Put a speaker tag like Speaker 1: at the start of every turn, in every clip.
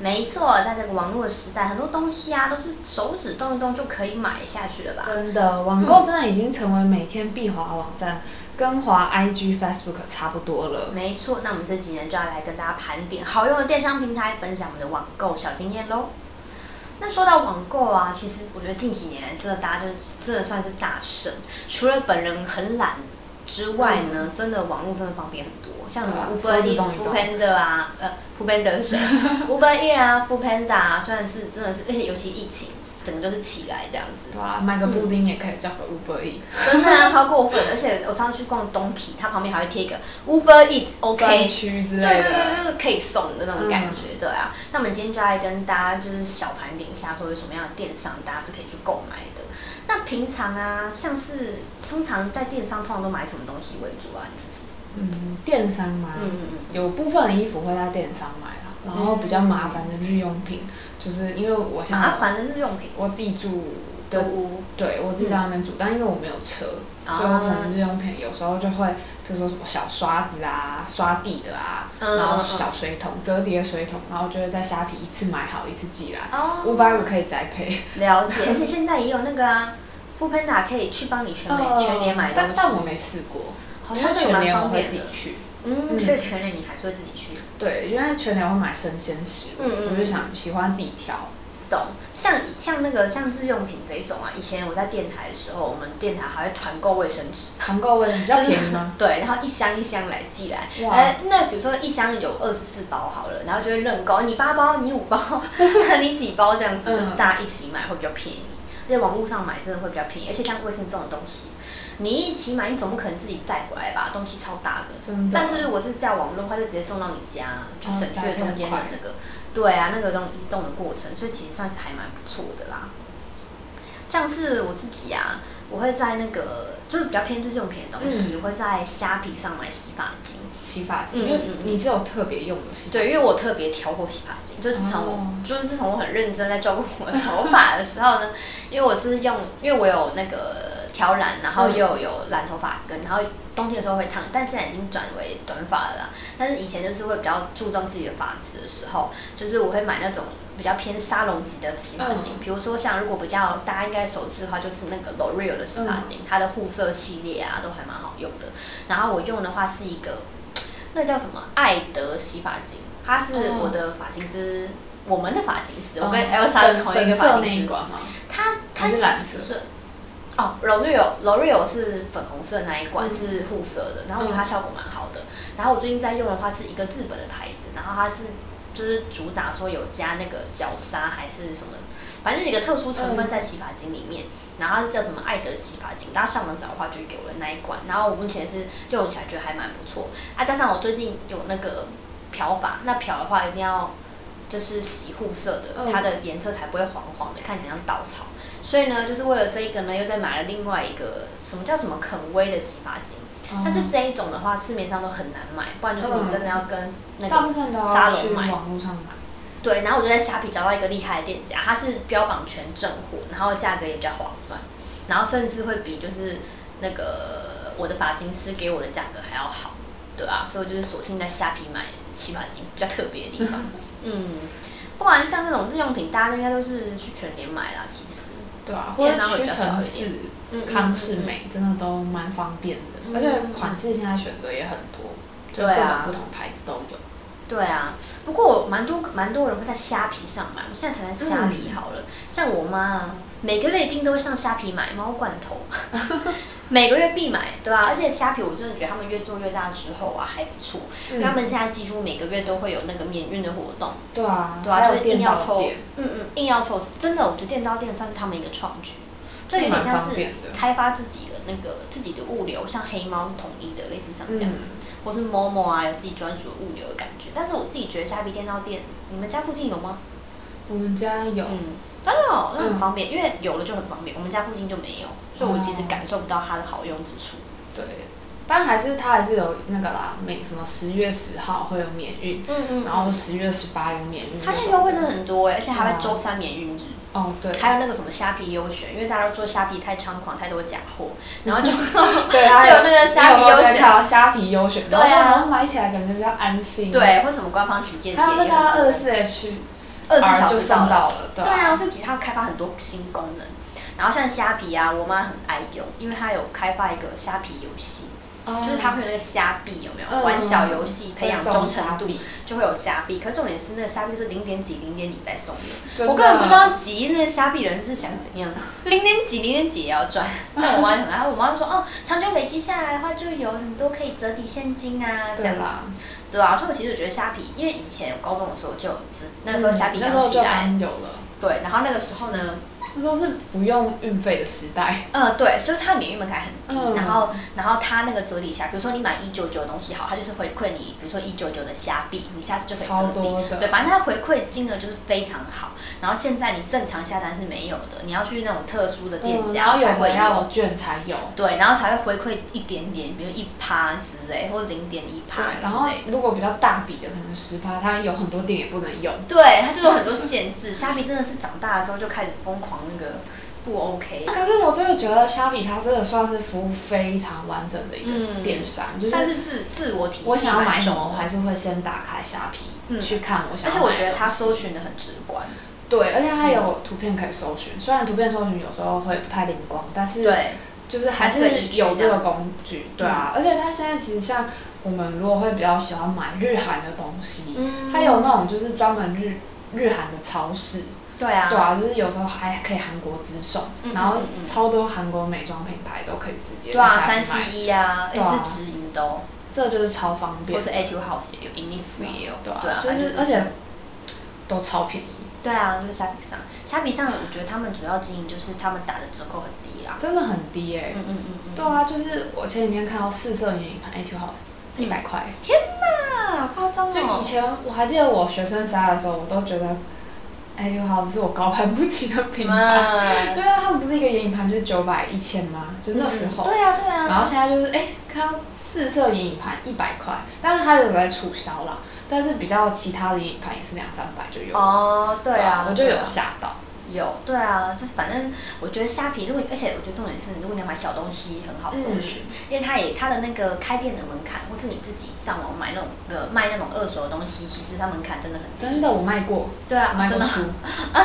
Speaker 1: 没错，在这个网络的时代，很多东西啊都是手指动一动就可以买下去了吧？
Speaker 2: 真的，网购真的已经成为每天必滑的网站，跟滑 IG、Facebook 差不多了。
Speaker 1: 没错，那我们这几年就要来跟大家盘点好用的电商平台，分享我们的网购小经验喽。那说到网购啊，其实我觉得近几年真的大家就真的算是大神，除了本人很懒之外呢，真的网络真的方便很多，像什么
Speaker 2: 嗯对啊
Speaker 1: Uber
Speaker 2: 手指
Speaker 1: e
Speaker 2: 动一动
Speaker 1: f o o Panda 啊，呃 f o o Panda 是 谁，Uber e 啊 f o o Panda 啊，虽然是真的是， 而且尤其疫情，整个就是起来这样子。
Speaker 2: 对啊，买个布丁也可以叫个 Uber E。
Speaker 1: 真的啊，超过分！而且我上次去逛东皮，它旁边还会贴一个 Uber Eat OK
Speaker 2: 专区之类
Speaker 1: 对
Speaker 2: 的。
Speaker 1: 对对，就是嗯可以送的那种感觉，
Speaker 2: 嗯
Speaker 1: 对啊。那我们今天就来跟大家就是小盘点一下，说有什么样的电商大家是可以去购买的。那平常啊，像是通常在电商通常都买什么东西为主啊？你自己？
Speaker 2: 嗯，电商嘛，
Speaker 1: 嗯嗯
Speaker 2: 有部分的衣服会在电商买啦，然后比较麻烦的日用品，就是因为我
Speaker 1: 嗯，麻
Speaker 2: 像
Speaker 1: 烦的嗯日用品。
Speaker 2: 我自己住
Speaker 1: 对
Speaker 2: 的
Speaker 1: 屋
Speaker 2: 对我自己在那边煮，但因为我没有车，
Speaker 1: 啊
Speaker 2: 所以我可能日用品有时候就会，比如说什么小刷子啊、刷地的啊，
Speaker 1: 嗯
Speaker 2: 然后小水桶、折叠水桶，然后就会在虾皮一次买好，一次寄来，
Speaker 1: 哦，
Speaker 2: 五百个可以再配。
Speaker 1: 了解，而且现在也有那个啊，富喷达可以去帮你全美、全年买东
Speaker 2: 哦但
Speaker 1: 西，
Speaker 2: 但我没试过，
Speaker 1: 好
Speaker 2: 因为
Speaker 1: 像这个
Speaker 2: 全
Speaker 1: 蛮
Speaker 2: 年我
Speaker 1: 方
Speaker 2: 会
Speaker 1: 便
Speaker 2: 自己
Speaker 1: 的。
Speaker 2: 去。
Speaker 1: 嗯，所以全年你还是会自己去。
Speaker 2: 对，因为全年我会买生鲜食物，
Speaker 1: 嗯嗯嗯
Speaker 2: 我就想喜欢自己挑。
Speaker 1: 懂，像像那个像日用品这一种啊，以前我在电台的时候，我们电台还会团购卫生纸，
Speaker 2: 团购位比较
Speaker 1: 就是
Speaker 2: 便宜吗？
Speaker 1: 对，然后一箱一箱来寄来，
Speaker 2: 哇
Speaker 1: 呃，那比如说一箱有二十四包好了，然后就会认购，你八包，你五包， 你几包这样子，
Speaker 2: 嗯
Speaker 1: 就是大家一起买会比较便宜。而且网络上买真的会比较便宜，而且像卫生纸这种东西，你一起买，你总不可能自己载回来吧？东西超大的，
Speaker 2: 真的。
Speaker 1: 但是如果是叫网络，它就直接送到你家，就省去了中间的那个，对啊，那个东移动的过程，所以其实算是还蛮不错的啦。像是我自己啊，我会在那个就是比较偏日用品的东西，我会在虾皮上买洗发精。
Speaker 2: 洗发
Speaker 1: 嗯
Speaker 2: 精，因为
Speaker 1: 嗯嗯
Speaker 2: 你是有特别用的洗发精。
Speaker 1: 对，因为我特别挑过洗发精，就自从我、
Speaker 2: 哦
Speaker 1: 就是自从我很认真在照顾我的头发的时候呢，因为我是用，因为我有那个挑染，然后
Speaker 2: 嗯
Speaker 1: 又有染头发根，然后冬天的时候会烫，但现在已经转为短发了啦。但是以前就是会比较注重自己的发质的时候，就是我会买那种比较偏沙龙级的洗发
Speaker 2: 嗯
Speaker 1: 精，比如说像如果比较大家应该熟知的话，就是那个 L'Oreal 的洗
Speaker 2: 嗯
Speaker 1: 发精，它的护色系列啊都还蛮好用的。然后我用的话是一个那叫什么艾德洗发精，它是
Speaker 2: 哦
Speaker 1: 我的发型师，我们的发型师，
Speaker 2: 哦
Speaker 1: 我跟 Elsa 是
Speaker 2: 粉
Speaker 1: 同一
Speaker 2: 粉
Speaker 1: 个
Speaker 2: 色
Speaker 1: 发
Speaker 2: 那
Speaker 1: 型
Speaker 2: 一
Speaker 1: 师。
Speaker 2: 管吗？
Speaker 1: 它它
Speaker 2: 还是
Speaker 1: 其
Speaker 2: 蓝
Speaker 1: 实
Speaker 2: 色
Speaker 1: 是哦，L'Oreal L'Oreal 是粉红色那一款
Speaker 2: 嗯
Speaker 1: 是护色的，然后我觉得它效果蛮好的。然后我最近在用的话是一个日本的牌子，然后它是就是主打说有加那个角鲨还是什么，反正有一个特殊成
Speaker 2: 嗯
Speaker 1: 分在洗发精里面。然后它是叫什么爱德洗发精，大家上网找的话就有了那一款。然后我目前是用起来觉得还蛮不错，啊，加上我最近有那个漂法，那漂的话一定要就是洗护色的，
Speaker 2: 嗯
Speaker 1: 它的颜色才不会黄黄的，看起来像稻草。所以呢，就是为了这一个呢，又再买了另外一个什么叫什么肯威的洗发精，但
Speaker 2: 哦
Speaker 1: 是这一种的话，市面上都很难买，不然就是你真的要跟那个
Speaker 2: 哦大部分都
Speaker 1: 沙
Speaker 2: 要
Speaker 1: 龙
Speaker 2: 去
Speaker 1: 买
Speaker 2: 网络上买。
Speaker 1: 对，然后我就在虾皮找到一个厉害的店家，它是标榜全正货，然后价格也比较划算，然后甚至会比就是那个我的发型师给我的价格还要好，对啊，所以我就是索性在虾皮买洗发精，比较特别的地 方。嗯，不然像那种日用品，大家应该都是去全联买啦，其实。
Speaker 2: 对啊，或
Speaker 1: 电
Speaker 2: 者
Speaker 1: 商会比
Speaker 2: 屈
Speaker 1: 较少一
Speaker 2: 臣
Speaker 1: 点
Speaker 2: 氏、
Speaker 1: 嗯
Speaker 2: 康士。美真的都蛮方便
Speaker 1: 嗯
Speaker 2: 的，而且款式现在选择也很多，就
Speaker 1: 对
Speaker 2: 各种
Speaker 1: 啊
Speaker 2: 不同牌子都有。
Speaker 1: 对啊，不过我蛮多蛮多人会在虾皮上买。我现在谈谈虾皮好
Speaker 2: 嗯
Speaker 1: 了，像我妈啊，每个月一定都会上虾皮买猫罐头， 每个月必买，对啊吧、而且虾皮我真的觉得他们越做越大之后啊，还不错。因
Speaker 2: 嗯
Speaker 1: 为他们现在几乎每个月都会有那个免运的活动，
Speaker 2: 对啊，
Speaker 1: 对啊，
Speaker 2: 还
Speaker 1: 就
Speaker 2: 有
Speaker 1: 是硬
Speaker 2: 电
Speaker 1: 要
Speaker 2: 到
Speaker 1: 抽，
Speaker 2: 店，
Speaker 1: 嗯嗯，硬要抽，真的，我觉得电刀店算是他们一个创举，就有点
Speaker 2: 蛮
Speaker 1: 像
Speaker 2: 方
Speaker 1: 是
Speaker 2: 便的
Speaker 1: 开发自己的那个自己的物流，像黑猫是统一的，类似像这样
Speaker 2: 嗯
Speaker 1: 子。，或是 Momo 啊，有自己专属的物流的感觉。但是我自己觉得虾皮电到店，你们家附近有吗？
Speaker 2: 我们家有，
Speaker 1: 嗯，真的哦，那很方便，因为有了就很方便。我们家附近就没有，所以我其实感受不到它的好用之处。
Speaker 2: 对，但还是它还是有那个啦，每什么十月十号会有免运，
Speaker 1: 嗯嗯
Speaker 2: 然后十月十八有免运那
Speaker 1: 它
Speaker 2: 种，
Speaker 1: 现在优惠真的很多哎，而且还会
Speaker 2: 嗯
Speaker 1: 周三免运日，
Speaker 2: 哦对，
Speaker 1: 还有那个什么虾皮优选，因为大家都说虾皮太猖狂，太多假货，然后就
Speaker 2: 对，
Speaker 1: 就
Speaker 2: 还
Speaker 1: 有那个虾皮优选
Speaker 2: 看到虾皮优选，
Speaker 1: 对啊
Speaker 2: 然后就好像买起来感觉比较安心，，
Speaker 1: 对，或什么官方旗舰店，
Speaker 2: 还有那个啊二十四 H
Speaker 1: 二十四小
Speaker 2: 就
Speaker 1: 时到
Speaker 2: 上
Speaker 1: 了。
Speaker 2: 到了，对
Speaker 1: 对啊，
Speaker 2: 啊，
Speaker 1: 所以其实它开发很多新功能。然后像虾皮啊，我妈很爱用，因为它有开发一个虾皮游戏，
Speaker 2: 哦
Speaker 1: 就是它会有那个虾币，有没有？
Speaker 2: 嗯
Speaker 1: 玩小游戏培养忠诚
Speaker 2: 度
Speaker 1: 度，，就会有虾币。可是重点是那个虾币是零点几零点几在送的，
Speaker 2: 真的
Speaker 1: 我根本不知道集那个虾币人是想怎 样，零点几零点几也要赚。那我妈很爱，我妈就说哦，长久累积下来的话，就有很多可以折抵现金啊，这
Speaker 2: 对
Speaker 1: 样
Speaker 2: 啦，
Speaker 1: 对啊。所以我其实觉得虾皮，因为以前我高中的时候就有知，那时候虾皮
Speaker 2: 嗯那时
Speaker 1: 刚
Speaker 2: 候
Speaker 1: 起
Speaker 2: 就
Speaker 1: 来，
Speaker 2: 刚有了，
Speaker 1: 对，然后那个时候呢。
Speaker 2: 那时候是不用运费的时代，
Speaker 1: 呃，对，就是它的免疫门槛很低，
Speaker 2: 嗯
Speaker 1: 然后然后它那个折抵下，比如说你买一九九的东西好，它就是回馈你，比如说一九九的虾币，你下次就可以折
Speaker 2: 超多
Speaker 1: 抵，
Speaker 2: 的
Speaker 1: 对，反正它回馈金额就是非常好。然后现在你正常下单是没有的，你要去那种特殊的店
Speaker 2: 嗯然
Speaker 1: 家
Speaker 2: 后有
Speaker 1: 才会
Speaker 2: 的要
Speaker 1: 有，
Speaker 2: 有券才有。
Speaker 1: 对，然后才会回馈一点点，比如一趴之类，或零点一趴
Speaker 2: 对，然
Speaker 1: 之
Speaker 2: 后
Speaker 1: 类。
Speaker 2: 如果比较大笔的，可能十趴，它有很多店也不能用。
Speaker 1: 对，它就有很多限制。虾皮真的是长大的时候就开始疯狂那个不 OK，
Speaker 2: 可是我真的觉得虾比它真的算是服务非常完整的一
Speaker 1: 嗯
Speaker 2: 个电商，就
Speaker 1: 但
Speaker 2: 是
Speaker 1: 是自自我体系
Speaker 2: 我想要买
Speaker 1: 蛮
Speaker 2: 什
Speaker 1: 重
Speaker 2: 么，我
Speaker 1: 的
Speaker 2: 还是会先打开虾皮、
Speaker 1: 嗯
Speaker 2: 去看我
Speaker 1: 而
Speaker 2: 想
Speaker 1: 且
Speaker 2: 要
Speaker 1: 我
Speaker 2: 买的东
Speaker 1: 觉
Speaker 2: 西。
Speaker 1: 得它搜寻的很直观，嗯
Speaker 2: 对，而且它有图片可以搜寻，虽然图片搜寻有时候会不太灵光，但是
Speaker 1: 对，
Speaker 2: 就是还
Speaker 1: 还是
Speaker 2: 是
Speaker 1: 有依据
Speaker 2: 有这
Speaker 1: 这
Speaker 2: 个
Speaker 1: 样子嗯
Speaker 2: 工具，对啊。而且它现在其实像我们如果会比较喜欢买日韩的东西，
Speaker 1: 嗯
Speaker 2: 它有那种就是专门日日韩的超市，
Speaker 1: 对啊，
Speaker 2: 对啊，就是有时候还可以韩国直送，
Speaker 1: 嗯
Speaker 2: 然后
Speaker 1: 嗯嗯嗯
Speaker 2: 超多韩国美妆品牌都可以直接
Speaker 1: 对啊，
Speaker 2: 在下
Speaker 1: 三
Speaker 2: 面买，
Speaker 1: 四一啊，也
Speaker 2: 对啊
Speaker 1: 是直营的哦，
Speaker 2: 这就是超方
Speaker 1: 或
Speaker 2: 便，
Speaker 1: 是 H House 也有，Innisfree 也有，
Speaker 2: 对
Speaker 1: 对
Speaker 2: 啊
Speaker 1: 啊，，
Speaker 2: 就
Speaker 1: 反正
Speaker 2: 是而且都超便宜，
Speaker 1: 对啊，就是虾皮上，虾皮上我觉得他们主要经营就是他们打的折扣很低啦，
Speaker 2: 真的很低哎、
Speaker 1: 嗯嗯嗯嗯，
Speaker 2: 对啊，就是我前几天看到四色眼影盘 A Two House
Speaker 1: 嗯
Speaker 2: 一百块，
Speaker 1: 啊，夸张
Speaker 2: 就以
Speaker 1: 哦，
Speaker 2: 前我还记得我学生时代的时候，我都觉得哎 A Two House 是我高攀不起的品牌，因
Speaker 1: 嗯，
Speaker 2: 为他们不是一个眼影盘就是九百一千吗？就那时候，
Speaker 1: 对啊对啊，
Speaker 2: 然后现在就是哎、看到四色眼影盘一百块，但是它有在促销啦，但是比较其他的眼影盘也是两三百就有，
Speaker 1: 哦，对啊，
Speaker 2: 我就
Speaker 1: 对
Speaker 2: 有
Speaker 1: 啊
Speaker 2: 吓到，
Speaker 1: 有，对啊，就是反正我觉得虾皮，如果而且我觉得重点是，如果你要买小东西，很
Speaker 2: 嗯
Speaker 1: 好搜寻，因为它也它的那个开店的门槛，或是你自己上网买那种呃卖那种二手的东西，其实它门槛真的很低。
Speaker 2: 真的我卖过，
Speaker 1: 对啊，
Speaker 2: 卖
Speaker 1: 真的，
Speaker 2: 过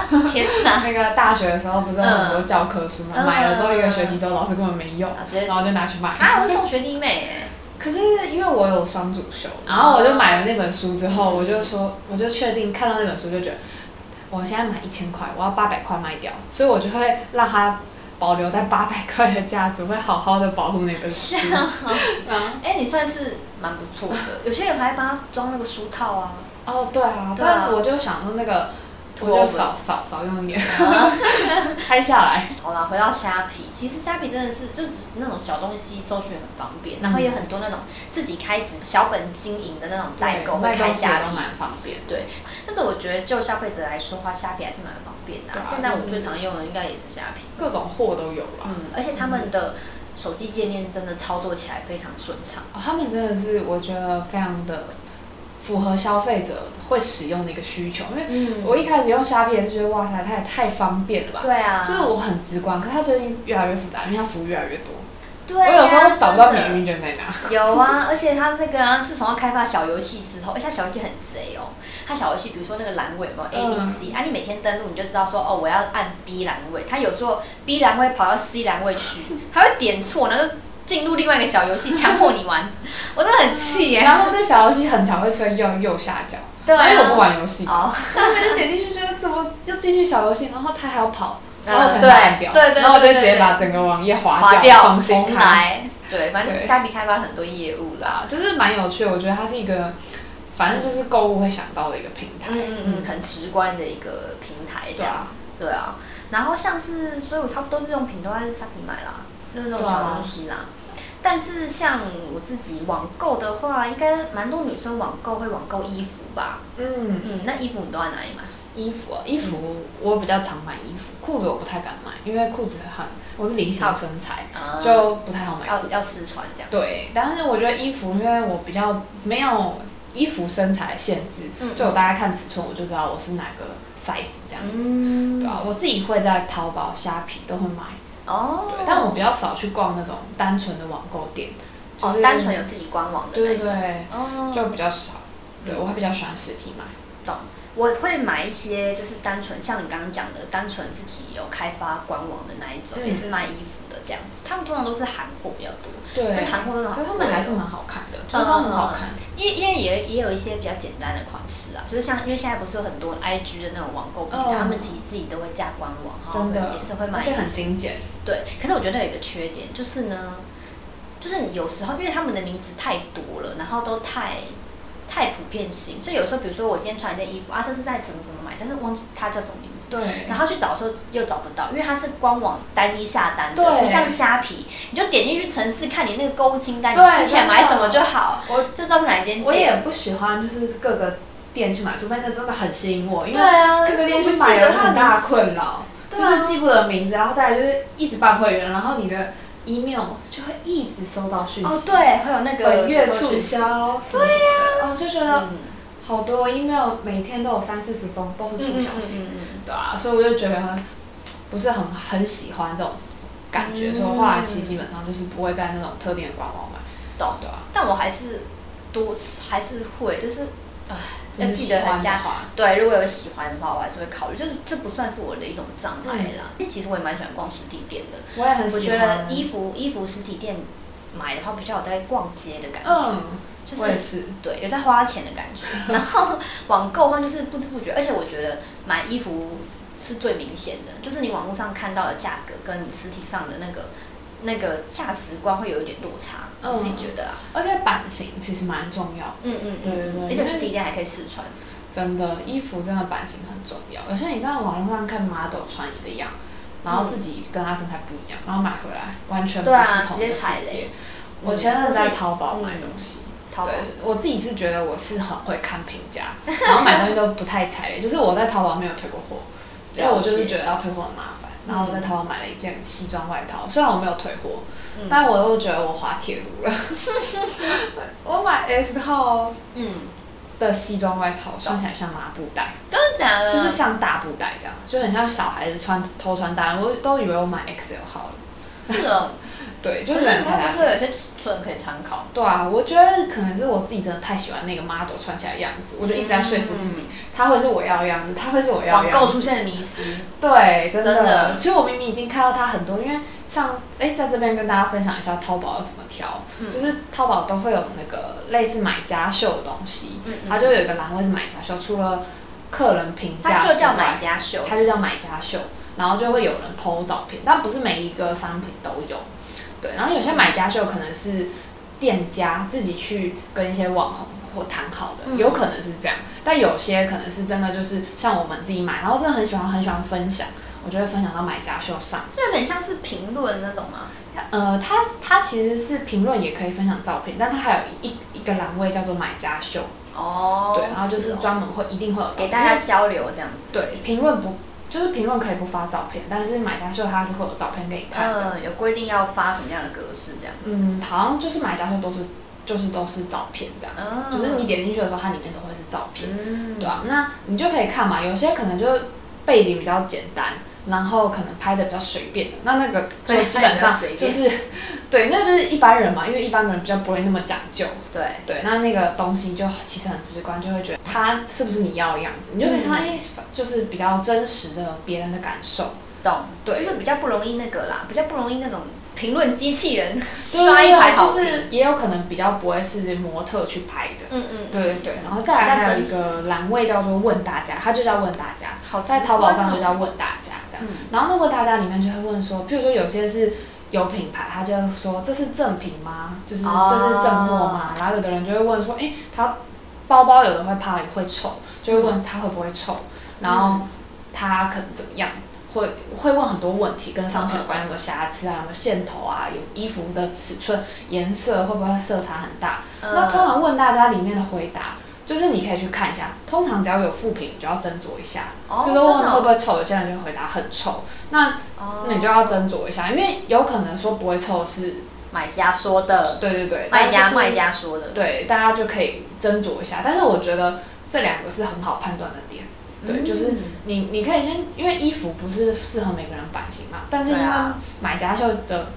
Speaker 2: 书，
Speaker 1: 天 哪！
Speaker 2: 那个大学的时候不是有很多教科书嘛，
Speaker 1: 嗯
Speaker 2: 买了之后一个学期之后老师根本没用
Speaker 1: 啊，直接
Speaker 2: 然后就拿去卖。
Speaker 1: 啊，我是送学弟妹哎、
Speaker 2: 可是因为我有双主修，然后我就买了那本书之后，我就说，我就确定看到那本书就觉得，我现在买一千块，我要八百块卖掉，所以我就会让它保留在八百块的价值，会好好的保护那本 书。嗯
Speaker 1: 哎、你算是蛮不错的。有些人还帮他装那个书套啊，
Speaker 2: 哦，对啊，
Speaker 1: 对啊
Speaker 2: 但是我就想说那个，我
Speaker 1: 拖
Speaker 2: 就
Speaker 1: 尾
Speaker 2: 少少少用一点， 拍下来。
Speaker 1: 好啦，回到虾皮，其实虾皮真的是就只是那种小东西搜寻很方便，
Speaker 2: 嗯
Speaker 1: 然后也有很多那种自己开始小本经营的那种代购会
Speaker 2: 卖
Speaker 1: 开
Speaker 2: 东西
Speaker 1: 虾
Speaker 2: 也
Speaker 1: 皮
Speaker 2: 都蛮方便。
Speaker 1: 对，但是我觉得就消费者来说的话，虾皮还是蛮方便的啊、
Speaker 2: 对啊
Speaker 1: 现在我
Speaker 2: 嗯
Speaker 1: 最常用的应该也是虾皮，
Speaker 2: 各种货都有啦。
Speaker 1: 嗯，而且他们的手机界面真的操作起来非常顺畅。
Speaker 2: 哦他们真的是我觉得非常的符合消费者会使用的一个需求，因为
Speaker 1: 嗯
Speaker 2: 我一开始用虾皮也是觉得哇塞，它也太方便了吧。
Speaker 1: 对啊，
Speaker 2: 就是我很直观，可是它最近越来越复杂，因为它服务越来越多。
Speaker 1: 对啊、
Speaker 2: 我有时候找不到免
Speaker 1: 真的
Speaker 2: 运券 在哪。
Speaker 1: 有啊，而且他那个、啊、自从要开发小游戏之后，而且它小游戏很贼哦。他小游戏比如说那个栏位有没有 A
Speaker 2: 嗯
Speaker 1: B C、啊，你每天登录你就知道说哦，我要按 B 栏位。他有时候 B 栏位跑到 C 栏位 去，还会点错，然后就进入另外一个小游戏强迫你玩，我真的很气耶、
Speaker 2: 然后这小游戏很常会出现右右下角，
Speaker 1: 对啊，
Speaker 2: 因为我不玩 游戏，
Speaker 1: 哦，
Speaker 2: 但是点进去觉得怎么就继续小游戏，然后它还要跑，
Speaker 1: 嗯
Speaker 2: 然后我才能按掉，
Speaker 1: 对对对
Speaker 2: 然后我就
Speaker 1: 对
Speaker 2: 直
Speaker 1: 对
Speaker 2: 接把整个网页划
Speaker 1: 划掉，
Speaker 2: 重新
Speaker 1: 重
Speaker 2: 开。
Speaker 1: 来。对，反正
Speaker 2: 对
Speaker 1: 虾皮开发很多业务啦。
Speaker 2: 啊，就是蛮有趣的。我觉得它是一个，反正就是购物会想到的一个平台。
Speaker 1: 嗯嗯嗯，很直观的一个平台这
Speaker 2: 对
Speaker 1: 样
Speaker 2: 啊
Speaker 1: 子。对啊，然后像是，所以我差不多日用品都在虾皮买啦，就是那种
Speaker 2: 对啊
Speaker 1: 小东西啦。但是像我自己网购的话，应该蛮多女生网购会网购衣服吧？
Speaker 2: 嗯，
Speaker 1: 嗯，那衣服你都在哪里买？
Speaker 2: 衣服啊，衣服我比较常买衣服，裤子我不太敢买，因为裤子很我是梨形身材，
Speaker 1: 啊
Speaker 2: 就不太好买裤
Speaker 1: 要
Speaker 2: 子。
Speaker 1: 要试穿这样。
Speaker 2: 对，但是我觉得衣服，因为我比较没有衣服身材限制，
Speaker 1: 嗯
Speaker 2: 就我大概看尺寸我就知道我是哪个 size 这样子。
Speaker 1: 嗯
Speaker 2: 对啊，我自己会在淘宝、虾皮都会买，
Speaker 1: 哦
Speaker 2: 对，，但我比较少去逛那种单纯的网购店，就
Speaker 1: 哦
Speaker 2: 是
Speaker 1: 单纯有自己官网的那
Speaker 2: 对对
Speaker 1: 种
Speaker 2: 对，
Speaker 1: 哦，
Speaker 2: 就比较少。对，我还比较喜欢实体买。
Speaker 1: 我会买一些就是单纯像你刚刚讲的，单纯自己有开发官网的那一种，
Speaker 2: 嗯
Speaker 1: 也是卖衣服的这样子。他们通常都是韩货比较多，因为
Speaker 2: 对，
Speaker 1: 韩货真的
Speaker 2: 可
Speaker 1: 好
Speaker 2: 是他
Speaker 1: 贵
Speaker 2: 们
Speaker 1: 哦
Speaker 2: 还是蛮好看的，就是都很好看。
Speaker 1: 因为因为也也有一些比较简单的款式啊，就是像因为现在不是有很多 IG 的那种网购平台，
Speaker 2: 嗯
Speaker 1: 他们其实自己都会架官网，然后
Speaker 2: 真的
Speaker 1: 也是会
Speaker 2: 而
Speaker 1: 买
Speaker 2: 且很精简。
Speaker 1: 对。可是我觉得有一个缺点就是呢，就是你有时候因为他们的名字太多了，然后都太太普遍性，所以有时候比如说我今天穿一件衣服啊，这是在怎么怎么买，但是忘记它叫什么名字。
Speaker 2: 对
Speaker 1: 然后去找的时候又找不到，因为它是官网单一下单的，
Speaker 2: 对
Speaker 1: 不像虾皮，你就点进去层次看你那个购物清单，
Speaker 2: 对
Speaker 1: 你之前买什么就好，
Speaker 2: 我
Speaker 1: 就知道是哪一间店。
Speaker 2: 我也不喜欢，就是各个店去买，除非那真的很吸引我，因
Speaker 1: 对
Speaker 2: 为
Speaker 1: 啊，
Speaker 2: 各个店去买有很大的困扰，
Speaker 1: 对
Speaker 2: 就
Speaker 1: 啊
Speaker 2: 是记不得名字，然后再来就是一直办会员，然后你的 email 就会一直收到讯
Speaker 1: 哦，
Speaker 2: 息，
Speaker 1: 对，会有那个
Speaker 2: 本月促销什么什么的，哦，就觉得
Speaker 1: 嗯，
Speaker 2: 好多 email 每天都有三四十封都是促销
Speaker 1: 嗯
Speaker 2: 信，对啊，所以我就觉得不是很很喜欢这种感觉，
Speaker 1: 嗯
Speaker 2: 所以我后来其实基本上就是不会在那种特定的官网买，
Speaker 1: 懂。
Speaker 2: 对啊，
Speaker 1: 但我还是多还是会，就是要
Speaker 2: 就是
Speaker 1: 记得
Speaker 2: 喜欢
Speaker 1: 很
Speaker 2: 的
Speaker 1: 加
Speaker 2: 话
Speaker 1: 对，如果有喜欢的话，我还是会考虑。就是这不算是我的一种障碍
Speaker 2: 嗯
Speaker 1: 啦。其实我也蛮喜欢逛实体店的，
Speaker 2: 我也很
Speaker 1: 我
Speaker 2: 呃喜
Speaker 1: 觉
Speaker 2: 欢。
Speaker 1: 得衣服衣服实体店买的话，比较有在逛街的感觉，
Speaker 2: 嗯，
Speaker 1: 就
Speaker 2: 我也
Speaker 1: 是
Speaker 2: 是。
Speaker 1: 对，有在花钱的感 觉。然后网购的话，就是不知不觉，而且我觉得买衣服是最明显的，就是你网络上看到的价格跟你实体上的那个那个价值观会有一点落差，
Speaker 2: 嗯
Speaker 1: 我自己觉得啊。
Speaker 2: 而且版型其实蛮重要的，
Speaker 1: 嗯嗯
Speaker 2: 对对对
Speaker 1: 而且实体店还可以试穿。
Speaker 2: 真的，衣服真的版型很重要。有些你在网络上看 model 穿一个样，然后自己跟他身材不一样，然后买回来完全不
Speaker 1: 对啊
Speaker 2: 是同一
Speaker 1: 直接
Speaker 2: 个世
Speaker 1: 踩
Speaker 2: 界
Speaker 1: 雷。
Speaker 2: 我前阵子在淘宝买东西，
Speaker 1: 淘宝
Speaker 2: 对，我自己是觉得我是很会看评价，然后买东西都不太踩雷， 就是我在淘宝没有退过货，因为我就是觉得要退货很麻烦。然后我在淘宝买了一件西装外套，虽然我没有退货，
Speaker 1: 嗯
Speaker 2: 但我都觉得我滑铁 卢了。我买 S 号
Speaker 1: 嗯，
Speaker 2: 的西装外套穿起来像麻布袋，
Speaker 1: 真的假的？
Speaker 2: 就是像大布袋这样，就很像小孩子穿偷穿搭。我都以为我买 XL 号了，
Speaker 1: 是哦，
Speaker 2: 对，就
Speaker 1: 就是是
Speaker 2: 人
Speaker 1: 它
Speaker 2: 太
Speaker 1: 不
Speaker 2: 大
Speaker 1: 是
Speaker 2: 件。
Speaker 1: 有些尺寸可以参考。
Speaker 2: 对啊，我觉得可能是我自己真的太喜欢那个 model 穿起来的样子，我就一直在说服自己，他会是我要的样子，他会是我要的
Speaker 1: 网
Speaker 2: 样
Speaker 1: 购
Speaker 2: 子。
Speaker 1: 出现的迷思，
Speaker 2: 对，真的。
Speaker 1: 真的
Speaker 2: 其实我明明已经看到它很多，因为像哎、在这边跟大家分享一下淘宝要怎么挑，
Speaker 1: 嗯
Speaker 2: 就是淘宝都会有那个类似买家秀的东西，
Speaker 1: 嗯
Speaker 2: 它就有一个栏位是买家秀，除了客人评价，
Speaker 1: 它就叫买，家秀。
Speaker 2: 它就叫买家秀，然后就会有人 PO 照片，但不是每一个商品都有。对，然后有些买家秀可能是店家自己去跟一些网红或谈好的，
Speaker 1: 嗯
Speaker 2: 有可能是这样，但有些可能是真的就是像我们自己买，然后真的很喜欢很喜欢分享，我就会分享到买家秀上。
Speaker 1: 是有点像是评论那种吗？
Speaker 2: 呃，它它其实是评论也可以分享照片，但它还有一一个栏位叫做买家秀，
Speaker 1: 哦
Speaker 2: 对，然后就是专门会一定会有照
Speaker 1: 给
Speaker 2: 片
Speaker 1: 大家交流这样子。
Speaker 2: 对，评论不就是评论可以不发照片，但是买家秀它是会有照片给你看的。
Speaker 1: 嗯，有规定要发什么样的格式这样子。
Speaker 2: 嗯，好像就是买家秀都是就是都是照片这样，
Speaker 1: 嗯
Speaker 2: 就是你点进去的时候，它里面都会是照片，
Speaker 1: 嗯
Speaker 2: 对啊，那你就可以看嘛，有些可能就背景比较简单。然后可能拍的比较随便，那那个就
Speaker 1: 对
Speaker 2: 基本上
Speaker 1: 拍得比较
Speaker 2: 就
Speaker 1: 随
Speaker 2: 是， 对，那就是一般人嘛，因为一般人比较不会那么讲究，
Speaker 1: 对，
Speaker 2: 对，那那个东西就其实很直观，就会觉得它是不是你要的样子，你就可以看到，
Speaker 1: 嗯
Speaker 2: 哎、就是比较真实的别人的感受，
Speaker 1: 懂，
Speaker 2: 对
Speaker 1: 就是比较不容易那个啦，比较不容易那种评论机器人
Speaker 2: 就是
Speaker 1: 刷一排好
Speaker 2: 就
Speaker 1: 评
Speaker 2: 是也有可能比较不会是模特去拍的。
Speaker 1: 嗯嗯，
Speaker 2: 对对对，然后再来还有一个栏位叫做“问大家”，它就叫“问大家
Speaker 1: 好”，
Speaker 2: 在淘宝上就
Speaker 1: 直观哦
Speaker 2: 叫“问大家”这样
Speaker 1: 嗯。
Speaker 2: 然后那“问大家”里面就会问说，譬如说有些是有品牌，他就会说这是正品吗？就是
Speaker 1: 哦
Speaker 2: 这是正货吗？然后有的人就会问说，诶，他包包有的会怕会臭，就会问他会不会
Speaker 1: 嗯
Speaker 2: 臭，然后他可能怎么样？会会问很多问题，跟商品有关，有没有瑕疵啊，有没有线头啊，有衣服的尺寸、颜色会不会色差很大？那通
Speaker 1: 嗯
Speaker 2: 常问大家里面的回答，就是你可以去看一下，通常只要有负评，你就要斟酌一下。
Speaker 1: 哦，
Speaker 2: 就
Speaker 1: 真
Speaker 2: 是
Speaker 1: 的
Speaker 2: 问会不
Speaker 1: 哦，
Speaker 2: 会臭，有些人就回答很臭，那
Speaker 1: 哦
Speaker 2: 那你就要斟酌一下，因为有可能说不会臭是，
Speaker 1: 买家说的，
Speaker 2: 对对对，
Speaker 1: 呃卖
Speaker 2: 但
Speaker 1: 家
Speaker 2: 就是
Speaker 1: 卖家说的，
Speaker 2: 对，大家就可以斟酌一下。但是我觉得这两个是很好判断的点。对，
Speaker 1: 嗯
Speaker 2: 就是你，你可以先，因为衣服不是适合每个人版型嘛，但是因
Speaker 1: 对
Speaker 2: 为
Speaker 1: 啊
Speaker 2: 买家秀的，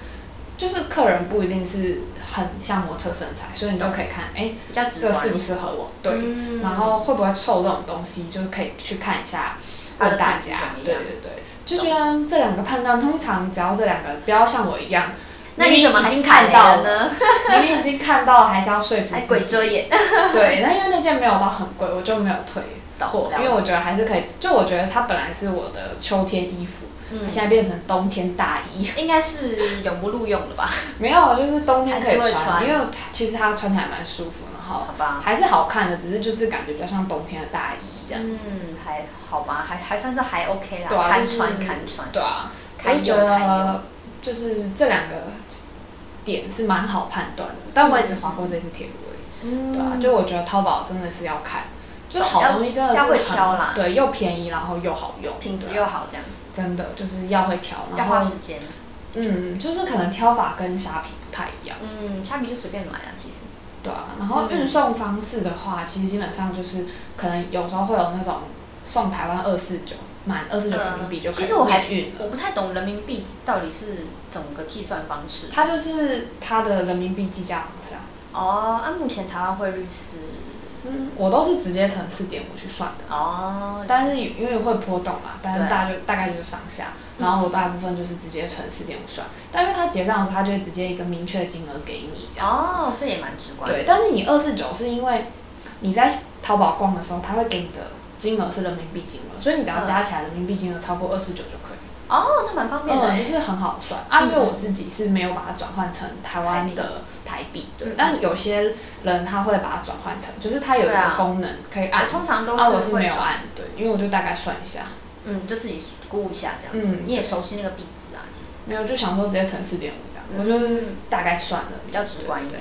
Speaker 2: 就是客人不一定是很像模特身材，所以你就可以看，哎、
Speaker 1: 比较直
Speaker 2: 这个
Speaker 1: 观。
Speaker 2: 适不适合我？对，
Speaker 1: 嗯
Speaker 2: 然后会不会臭这种东西，就是可以去看一下，
Speaker 1: 它的
Speaker 2: 问大
Speaker 1: 品质
Speaker 2: 家，
Speaker 1: 怎么
Speaker 2: 对
Speaker 1: 样
Speaker 2: 对对，就觉得这两个判断，通常只要这两个不要像我一样，
Speaker 1: 那
Speaker 2: 明
Speaker 1: 你
Speaker 2: 明
Speaker 1: 怎么
Speaker 2: 已
Speaker 1: 还
Speaker 2: 经
Speaker 1: 是
Speaker 2: 看
Speaker 1: 踩雷
Speaker 2: 到
Speaker 1: 了
Speaker 2: 了？
Speaker 1: 呢？
Speaker 2: 明明已经看到了，还是要说服
Speaker 1: 还
Speaker 2: 自
Speaker 1: 鬼
Speaker 2: 己。
Speaker 1: 遮眼，
Speaker 2: 对，但因为那件没有到很贵，我就没有退
Speaker 1: 懂
Speaker 2: 货，
Speaker 1: 了
Speaker 2: 哦因为我觉得还是可以。就我觉得它本来是我的秋天衣服，
Speaker 1: 嗯，
Speaker 2: 它现在变成冬天大衣。
Speaker 1: 应该是永不录用了吧？
Speaker 2: 没有，啊就是冬天可以
Speaker 1: 还是会
Speaker 2: 穿，
Speaker 1: 穿
Speaker 2: 因为它其实它穿起来蛮舒服，然后
Speaker 1: 好 吧，
Speaker 2: 还是好看的，只是就是感觉比较像冬天的大衣这样。
Speaker 1: 嗯，还好吧，还还算是还 OK 啦，
Speaker 2: 对啊
Speaker 1: 看
Speaker 2: 就是
Speaker 1: 穿看穿，
Speaker 2: 对啊，我
Speaker 1: 看
Speaker 2: 就觉
Speaker 1: 用看用。
Speaker 2: 得就是这两个点是蛮好判断的，但我也只划过这次铁路而已。对啊，
Speaker 1: 嗯，
Speaker 2: 就我觉得淘宝真的是要看，就是好东西真的是
Speaker 1: 要会
Speaker 2: 很
Speaker 1: 挑啦
Speaker 2: 对，又便宜，然后又好用，
Speaker 1: 品质
Speaker 2: 对啊
Speaker 1: 又好，这样子
Speaker 2: 真的就是要会挑，
Speaker 1: 要
Speaker 2: 然
Speaker 1: 花
Speaker 2: 后
Speaker 1: 时间。
Speaker 2: 嗯，就是可能挑法跟虾皮不太一样，
Speaker 1: 嗯，虾米就随便买啦，其实。
Speaker 2: 对啊。然后运送方式的话，其实基本上就是可能有时候会有那种送台湾二四九，满二四九人民币就可以
Speaker 1: 嗯其实我还
Speaker 2: 免运了。
Speaker 1: 我不太懂人民币到底是怎么个计算方式。
Speaker 2: 它就是它的人民币计价方式啊，
Speaker 1: 哦，那、目前台湾汇率是
Speaker 2: 嗯，我都是直接乘四点五去算的，
Speaker 1: 哦，
Speaker 2: 但是因为会波动嘛，但是
Speaker 1: 对啊
Speaker 2: 大就大概就是上下，然后我大部分就是直接乘四点五算，但因为它结账的时候，它就会直接一个明确金额给你这样子。
Speaker 1: 哦，这也蛮直观的。
Speaker 2: 对，但是你二四九是因为你在淘宝逛的时候，它会给你的金额是人民币金额，所以你只要
Speaker 1: 嗯
Speaker 2: 加起来人民币金额超过二四九就可以。
Speaker 1: 哦，那蛮方便的
Speaker 2: 嗯，
Speaker 1: 欸、
Speaker 2: 就是很好算啊，因为
Speaker 1: 嗯
Speaker 2: 我自己是没有把它转换成台湾的台币，对
Speaker 1: 嗯。
Speaker 2: 但有些人他会把它转换成，就是它有一
Speaker 1: 对
Speaker 2: 个
Speaker 1: 啊
Speaker 2: 功能可以按
Speaker 1: 我，通常都
Speaker 2: 啊，我
Speaker 1: 是
Speaker 2: 是
Speaker 1: 会
Speaker 2: 没有
Speaker 1: 转
Speaker 2: 按，对，因为我就大概算一下，
Speaker 1: 嗯，就自己估一下这样子。
Speaker 2: 嗯
Speaker 1: 你也熟悉那个币值啊，其实
Speaker 2: 没有就想说直接乘四点五这样，
Speaker 1: 嗯
Speaker 2: 我就是大概算了，
Speaker 1: 比较直观一点，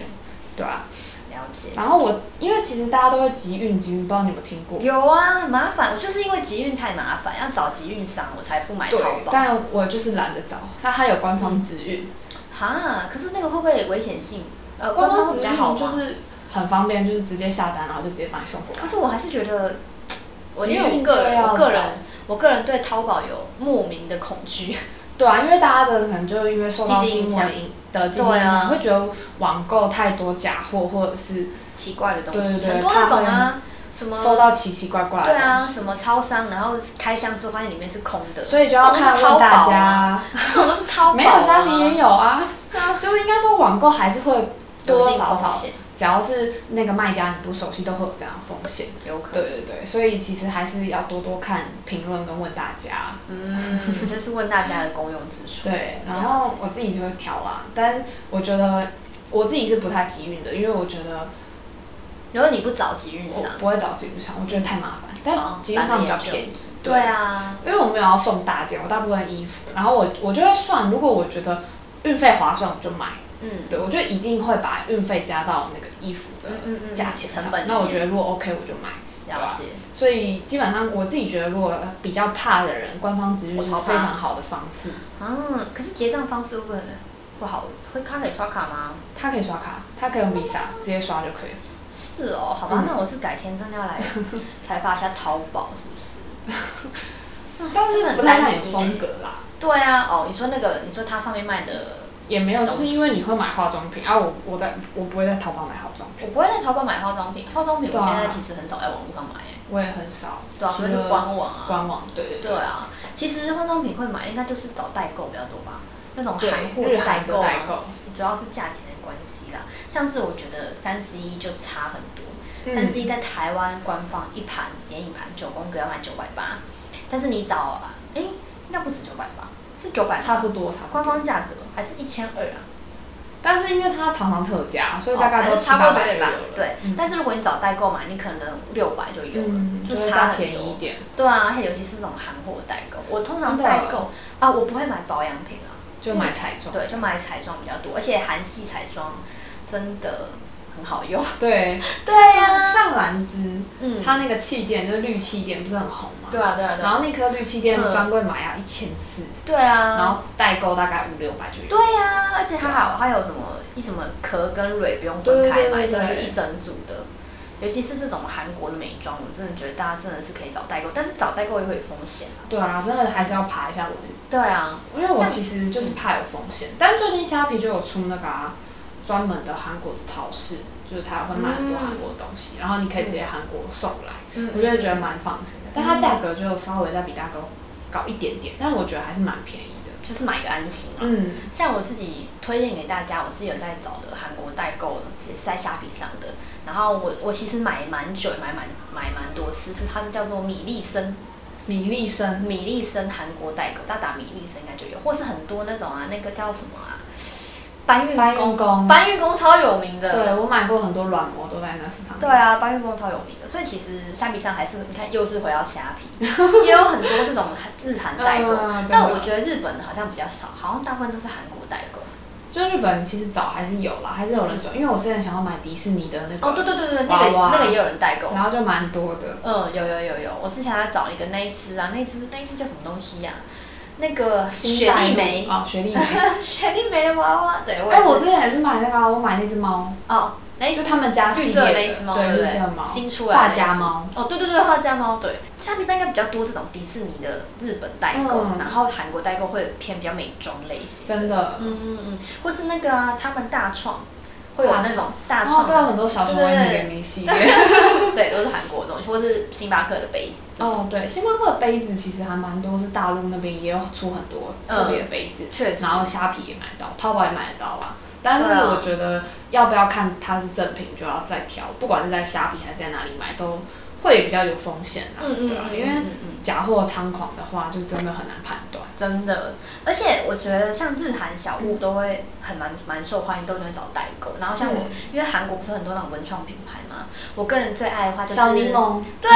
Speaker 2: 对啊。
Speaker 1: 了解。
Speaker 2: 然后我因为其实大家都会集运集运，不知道你有没有听过？
Speaker 1: 有啊，很麻烦。我就是因为集运太麻烦，要找集运商，我才不买淘
Speaker 2: 对，
Speaker 1: 宝。嗯
Speaker 2: 但我就是懒得找，它它有官方直运，
Speaker 1: 哈，可是那个会不会有危险性？呃，
Speaker 2: 官方
Speaker 1: 会比
Speaker 2: 直
Speaker 1: 较好
Speaker 2: 运
Speaker 1: 吗？
Speaker 2: 就是很方便，就是直接下单，然后就直接帮你送过来
Speaker 1: 可。是我还是觉得，我
Speaker 2: 集
Speaker 1: 因为
Speaker 2: 运
Speaker 1: 我个
Speaker 2: 就
Speaker 1: 人，
Speaker 2: 要
Speaker 1: 我个
Speaker 2: 找
Speaker 1: 人，我个人对淘宝有莫名的恐惧。
Speaker 2: 对啊，因为大家的可能就因为受到
Speaker 1: 既定
Speaker 2: 新
Speaker 1: 印
Speaker 2: 闻
Speaker 1: 象
Speaker 2: 影的积极
Speaker 1: 对
Speaker 2: 影
Speaker 1: 啊
Speaker 2: 响，会觉得网购太多假货，或者是
Speaker 1: 奇怪的东西，
Speaker 2: 对
Speaker 1: 很
Speaker 2: 对对
Speaker 1: 多那种啊，什么
Speaker 2: 收到奇奇怪怪
Speaker 1: 对
Speaker 2: 的
Speaker 1: 啊，
Speaker 2: 东西，
Speaker 1: 什么超商，然后开箱之后发现里面是空的，
Speaker 2: 所以就要看问
Speaker 1: 啊
Speaker 2: 大家，
Speaker 1: 这 种都是淘宝、啊，
Speaker 2: 没有虾米也有啊， 就是应该说网购还是会多多少少，只要是那个卖家你不熟悉，都会有这样的风险。
Speaker 1: 有可
Speaker 2: 对
Speaker 1: 能，
Speaker 2: 对对，所以其实还是要多多看评论跟问大家。
Speaker 1: 嗯，这是问大家的公用之处。
Speaker 2: 对，然后我自己就会调啦，但是我觉得我自己是不太集运的，因为我觉得
Speaker 1: 如果你不找集运商
Speaker 2: 我，不会找集运商，我觉得太麻烦。
Speaker 1: 哦
Speaker 2: 但集运商比较便宜，
Speaker 1: 对，啊，
Speaker 2: 因为我没有要送大件，我大部分衣服，然后我我就会算，如果我觉得运费划算，我就买。
Speaker 1: 嗯
Speaker 2: 对，我就一定会把运费加到那个衣服
Speaker 1: 嗯嗯
Speaker 2: 的
Speaker 1: 嗯
Speaker 2: 价钱上
Speaker 1: 成本里。面
Speaker 2: 那我觉得如果 OK，我就买。
Speaker 1: 了解，
Speaker 2: 所以基本上我自己觉得，如果比较怕的人，官方直运是
Speaker 1: 我超怕
Speaker 2: 非常好的方式。
Speaker 1: 嗯，可是结账方式会不会不好？会他可以刷卡吗？
Speaker 2: 它可以刷卡，它可以用 Visa 直接刷就可以了。
Speaker 1: 是哦，好吧，
Speaker 2: 嗯
Speaker 1: 那我是改天真的 要来开发一下淘宝，是不是？啊
Speaker 2: 但是不太像你的风格啦，
Speaker 1: 对啊，哦，你说那个，你说它上面卖的，
Speaker 2: 也没有，就是因为你会买化妆品啊，我我在我不会在淘宝买化妆
Speaker 1: 我
Speaker 2: 品，
Speaker 1: 不会在淘宝买化妆品，化妆品我
Speaker 2: 对啊
Speaker 1: 现在其实很少在网络上买，哎
Speaker 2: 我也很少，
Speaker 1: 对啊，除
Speaker 2: 除
Speaker 1: 非是
Speaker 2: 了
Speaker 1: 官网啊。
Speaker 2: 官网，对对对
Speaker 1: 对啊，其实化妆品会买，应该就是找代购比较多吧，那种韩货
Speaker 2: 日
Speaker 1: 代
Speaker 2: 韩
Speaker 1: 购
Speaker 2: 的
Speaker 1: 啊
Speaker 2: 代购，
Speaker 1: 主要是价钱的关系啦。上次我觉得三十一就差很多，
Speaker 2: 嗯
Speaker 1: 三十一在台湾官方一盘眼影盘九宫格要卖九百八，但是你找哎、应该不止九百八，是九百
Speaker 2: 差不多差不
Speaker 1: 官
Speaker 2: 多，
Speaker 1: 方价格还是一千二啊？
Speaker 2: 但是因为它常常特价，所以大概
Speaker 1: 哦反
Speaker 2: 都
Speaker 1: 正
Speaker 2: 七
Speaker 1: 差
Speaker 2: 八
Speaker 1: 不多
Speaker 2: 百
Speaker 1: 对
Speaker 2: 就
Speaker 1: 吧
Speaker 2: 有？了
Speaker 1: 对，
Speaker 2: 嗯
Speaker 1: 但是如果你找代购买，你可能六百就有了，
Speaker 2: 嗯，就
Speaker 1: 就是差
Speaker 2: 再
Speaker 1: 很
Speaker 2: 便宜
Speaker 1: 多
Speaker 2: 一。点，
Speaker 1: 对啊，而且尤其是这种韩货代购，我通常
Speaker 2: 真的
Speaker 1: 代购啊，我不会买保养品啊，
Speaker 2: 就买彩妆，
Speaker 1: 对，就买彩妆比较多，而且韩系彩妆真的很好用。
Speaker 2: 对，
Speaker 1: 对呀
Speaker 2: 像兰芝，
Speaker 1: 嗯，
Speaker 2: 它那个气垫就是绿气垫，不是很红吗？
Speaker 1: 对啊对啊对
Speaker 2: 然
Speaker 1: 啊，
Speaker 2: 后那颗绿气垫
Speaker 1: 嗯
Speaker 2: 专柜买啊要一千四，
Speaker 1: 对啊，
Speaker 2: 然后代购大概五六百就有。
Speaker 1: 对呀、而且它还有还有什么一什么壳跟蕊不用分开买，
Speaker 2: 对对对
Speaker 1: 就
Speaker 2: 对
Speaker 1: 是一整组的。尤其是这种韩国的美妆，我真的觉得大家真的是可以找代购，但是找代购也会有风险啊。
Speaker 2: 对啊，真的还是要爬一下文，
Speaker 1: 对啊，
Speaker 2: 因为我
Speaker 1: 像
Speaker 2: 其实就是怕有风险。但最近虾皮就有出那个啊专、门的韩国超市，就是它会卖很
Speaker 1: 嗯
Speaker 2: 多韩国的东西，然后你可以直接韩国送来，
Speaker 1: 嗯
Speaker 2: 我就会觉得蛮放心的。但它价格就稍微再比大哥高一点点，但我觉得还是蛮便宜的。
Speaker 1: 就是买个安心啊。
Speaker 2: 嗯，
Speaker 1: 像我自己推荐给大家，我自己有在找的韩国代购也是在虾皮上的。然后我我其实买蛮久，买蛮买蛮多次，是它是叫做米粒森，呃
Speaker 2: 米粒生
Speaker 1: 米粒森韩国代购，大家打米粒森应该就有，或是很多那种啊，那个叫什么啊，搬运
Speaker 2: 搬
Speaker 1: 工
Speaker 2: 运工，
Speaker 1: 搬运工超有名的。
Speaker 2: 对我买过很多软膜都在那市场。
Speaker 1: 对，啊，搬运工超有名的，所以其实虾皮上还是你看又是回到虾 皮，也有很多这种日韩代购
Speaker 2: 嗯真的。
Speaker 1: 但我觉得日本好像比较少，好像大部分都是韩国代购。
Speaker 2: 就日本其实早还是有啦，还是有人转，因为我之前想要买迪士尼的那个，
Speaker 1: 哦，对对对对，那个
Speaker 2: 娃娃
Speaker 1: 那个也有人代购。
Speaker 2: 然后就蛮多的。
Speaker 1: 嗯，有有有有，我之前还找一个那一只啊，那一只那一只叫什么东西呀、那个雪莉梅，
Speaker 2: 哦，雪 莉梅。
Speaker 1: 雪莉梅的娃娃，对，我也
Speaker 2: 哎，
Speaker 1: 是。
Speaker 2: 我之前也是买那个啊，我买那只猫，
Speaker 1: 哦，那一
Speaker 2: 就
Speaker 1: 只
Speaker 2: 他们家
Speaker 1: 绿
Speaker 2: 系
Speaker 1: 色的那
Speaker 2: 列
Speaker 1: 一只猫，
Speaker 2: 对
Speaker 1: 不
Speaker 2: 绿
Speaker 1: 对
Speaker 2: 色的？猫，
Speaker 1: 新出来的那
Speaker 2: 发
Speaker 1: 一只
Speaker 2: 夹猫。
Speaker 1: 哦，对对对，画家猫，对，虾皮上应该比较多这种迪士尼的日本代购，
Speaker 2: 嗯
Speaker 1: 然后韩国代购会偏比较美妆类型。
Speaker 2: 真的，
Speaker 1: 嗯嗯嗯，或是那个啊，他们大创会有那种大
Speaker 2: 然后
Speaker 1: 创
Speaker 2: 都有很多小熊维
Speaker 1: 对对
Speaker 2: 尼
Speaker 1: 对
Speaker 2: 联名系
Speaker 1: 对
Speaker 2: 列。
Speaker 1: 对，都是韩国的东西，或是星巴克的杯子。
Speaker 2: 哦，对，星巴克的杯子其实还蛮多，是大陆那边也有出很多特别的杯子，
Speaker 1: 嗯确实
Speaker 2: 然，后虾皮也买到，淘宝也买得到啦。但是
Speaker 1: 对啊
Speaker 2: 我觉得要不要看它是正品，就要再挑，不管是在虾皮还是在哪里买，都会比较有风险啦。
Speaker 1: 嗯嗯
Speaker 2: 对啊，
Speaker 1: 嗯，
Speaker 2: 因为
Speaker 1: 嗯嗯
Speaker 2: 假货猖狂的话，就真的很难判断。
Speaker 1: 真的，而且我觉得像日韩小物都会很蛮蛮受欢迎，都能找代购。然后像我，因为韩国不是很多那种文创品牌嘛，我个人最爱的话就是
Speaker 2: 小柠檬，
Speaker 1: 对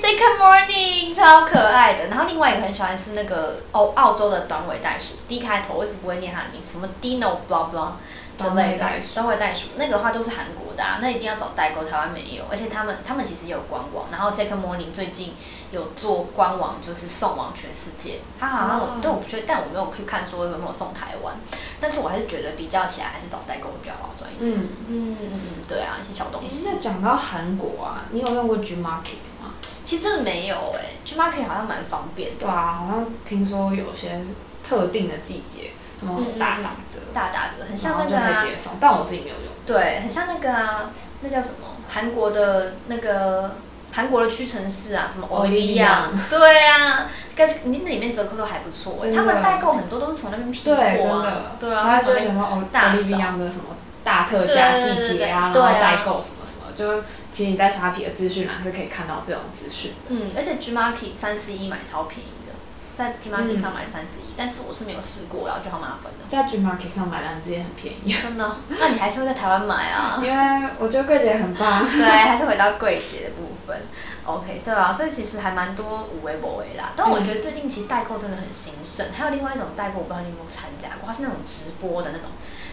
Speaker 1: ，Second Morning 超可爱的。然后另外一个很喜欢是那个澳澳洲的短尾袋鼠，D 开头，我一直不会念它的名字，什么 Dino blah blah 之类的
Speaker 2: 短尾袋。鼠
Speaker 1: 短尾袋鼠那个的话都是韩国的、啊，那一定要找代购，台湾没有。而且他们他们其实也有官网，然后 Second Morning 最近有做官网，就是送往全世界。它好像有
Speaker 2: 哦
Speaker 1: 但我不确，但我没有去看说有没有送台湾，但是我还是觉得比较起来还是找代购比较划算一点。
Speaker 2: 嗯，
Speaker 1: 嗯嗯嗯，对啊，一些小东西。
Speaker 2: 那讲到韩国啊，你有用过 G Market 吗？
Speaker 1: 其实真的没有哎、g m a r k e t 好像蛮方便的，
Speaker 2: 对啊，好像听说有些特定的季节
Speaker 1: 嗯
Speaker 2: 他们会大打折，
Speaker 1: 大打折，很
Speaker 2: 然
Speaker 1: 像那
Speaker 2: 后就
Speaker 1: 个
Speaker 2: 哦可以
Speaker 1: 啊
Speaker 2: 直，接送，但我自己没有用。
Speaker 1: 对，很像那个啊，那叫什么？韩国的那个韩国的屈臣氏啊，什么
Speaker 2: 哦
Speaker 1: 欧丽亚，对啊，跟你那里面折扣都还不错、欸，
Speaker 2: 真的
Speaker 1: 他们代购很多都是从那边批货
Speaker 2: 对，真
Speaker 1: 啊，
Speaker 2: 的，
Speaker 1: 对啊
Speaker 2: 他就什么欧
Speaker 1: 大
Speaker 2: 欧丽
Speaker 1: 扫
Speaker 2: 比昂的什么大特价
Speaker 1: 对对
Speaker 2: 季
Speaker 1: 对
Speaker 2: 节啊，然
Speaker 1: 对
Speaker 2: 后
Speaker 1: 对对
Speaker 2: 代购什么什么，就其实你在虾皮的资讯栏是可以看到这种资讯。
Speaker 1: 嗯，而且 G Market 三四一买超便宜的，在 G Market
Speaker 2: 嗯
Speaker 1: 上买三四一，但是我是没有试过啦，我觉得好麻烦 的，
Speaker 2: 在 G Market 上买单子也很便宜，
Speaker 1: 真的哦，那你还是会在台湾买啊？
Speaker 2: 因为我觉得柜姐 很棒。哦
Speaker 1: 对，还是回到柜姐的部分。OK，对啊，所以其实还蛮多无为不为啦。但我觉得最近其实代购真的很兴盛，还有另外一种代购，我不知道你有没有参加过，它是那种直播的那种，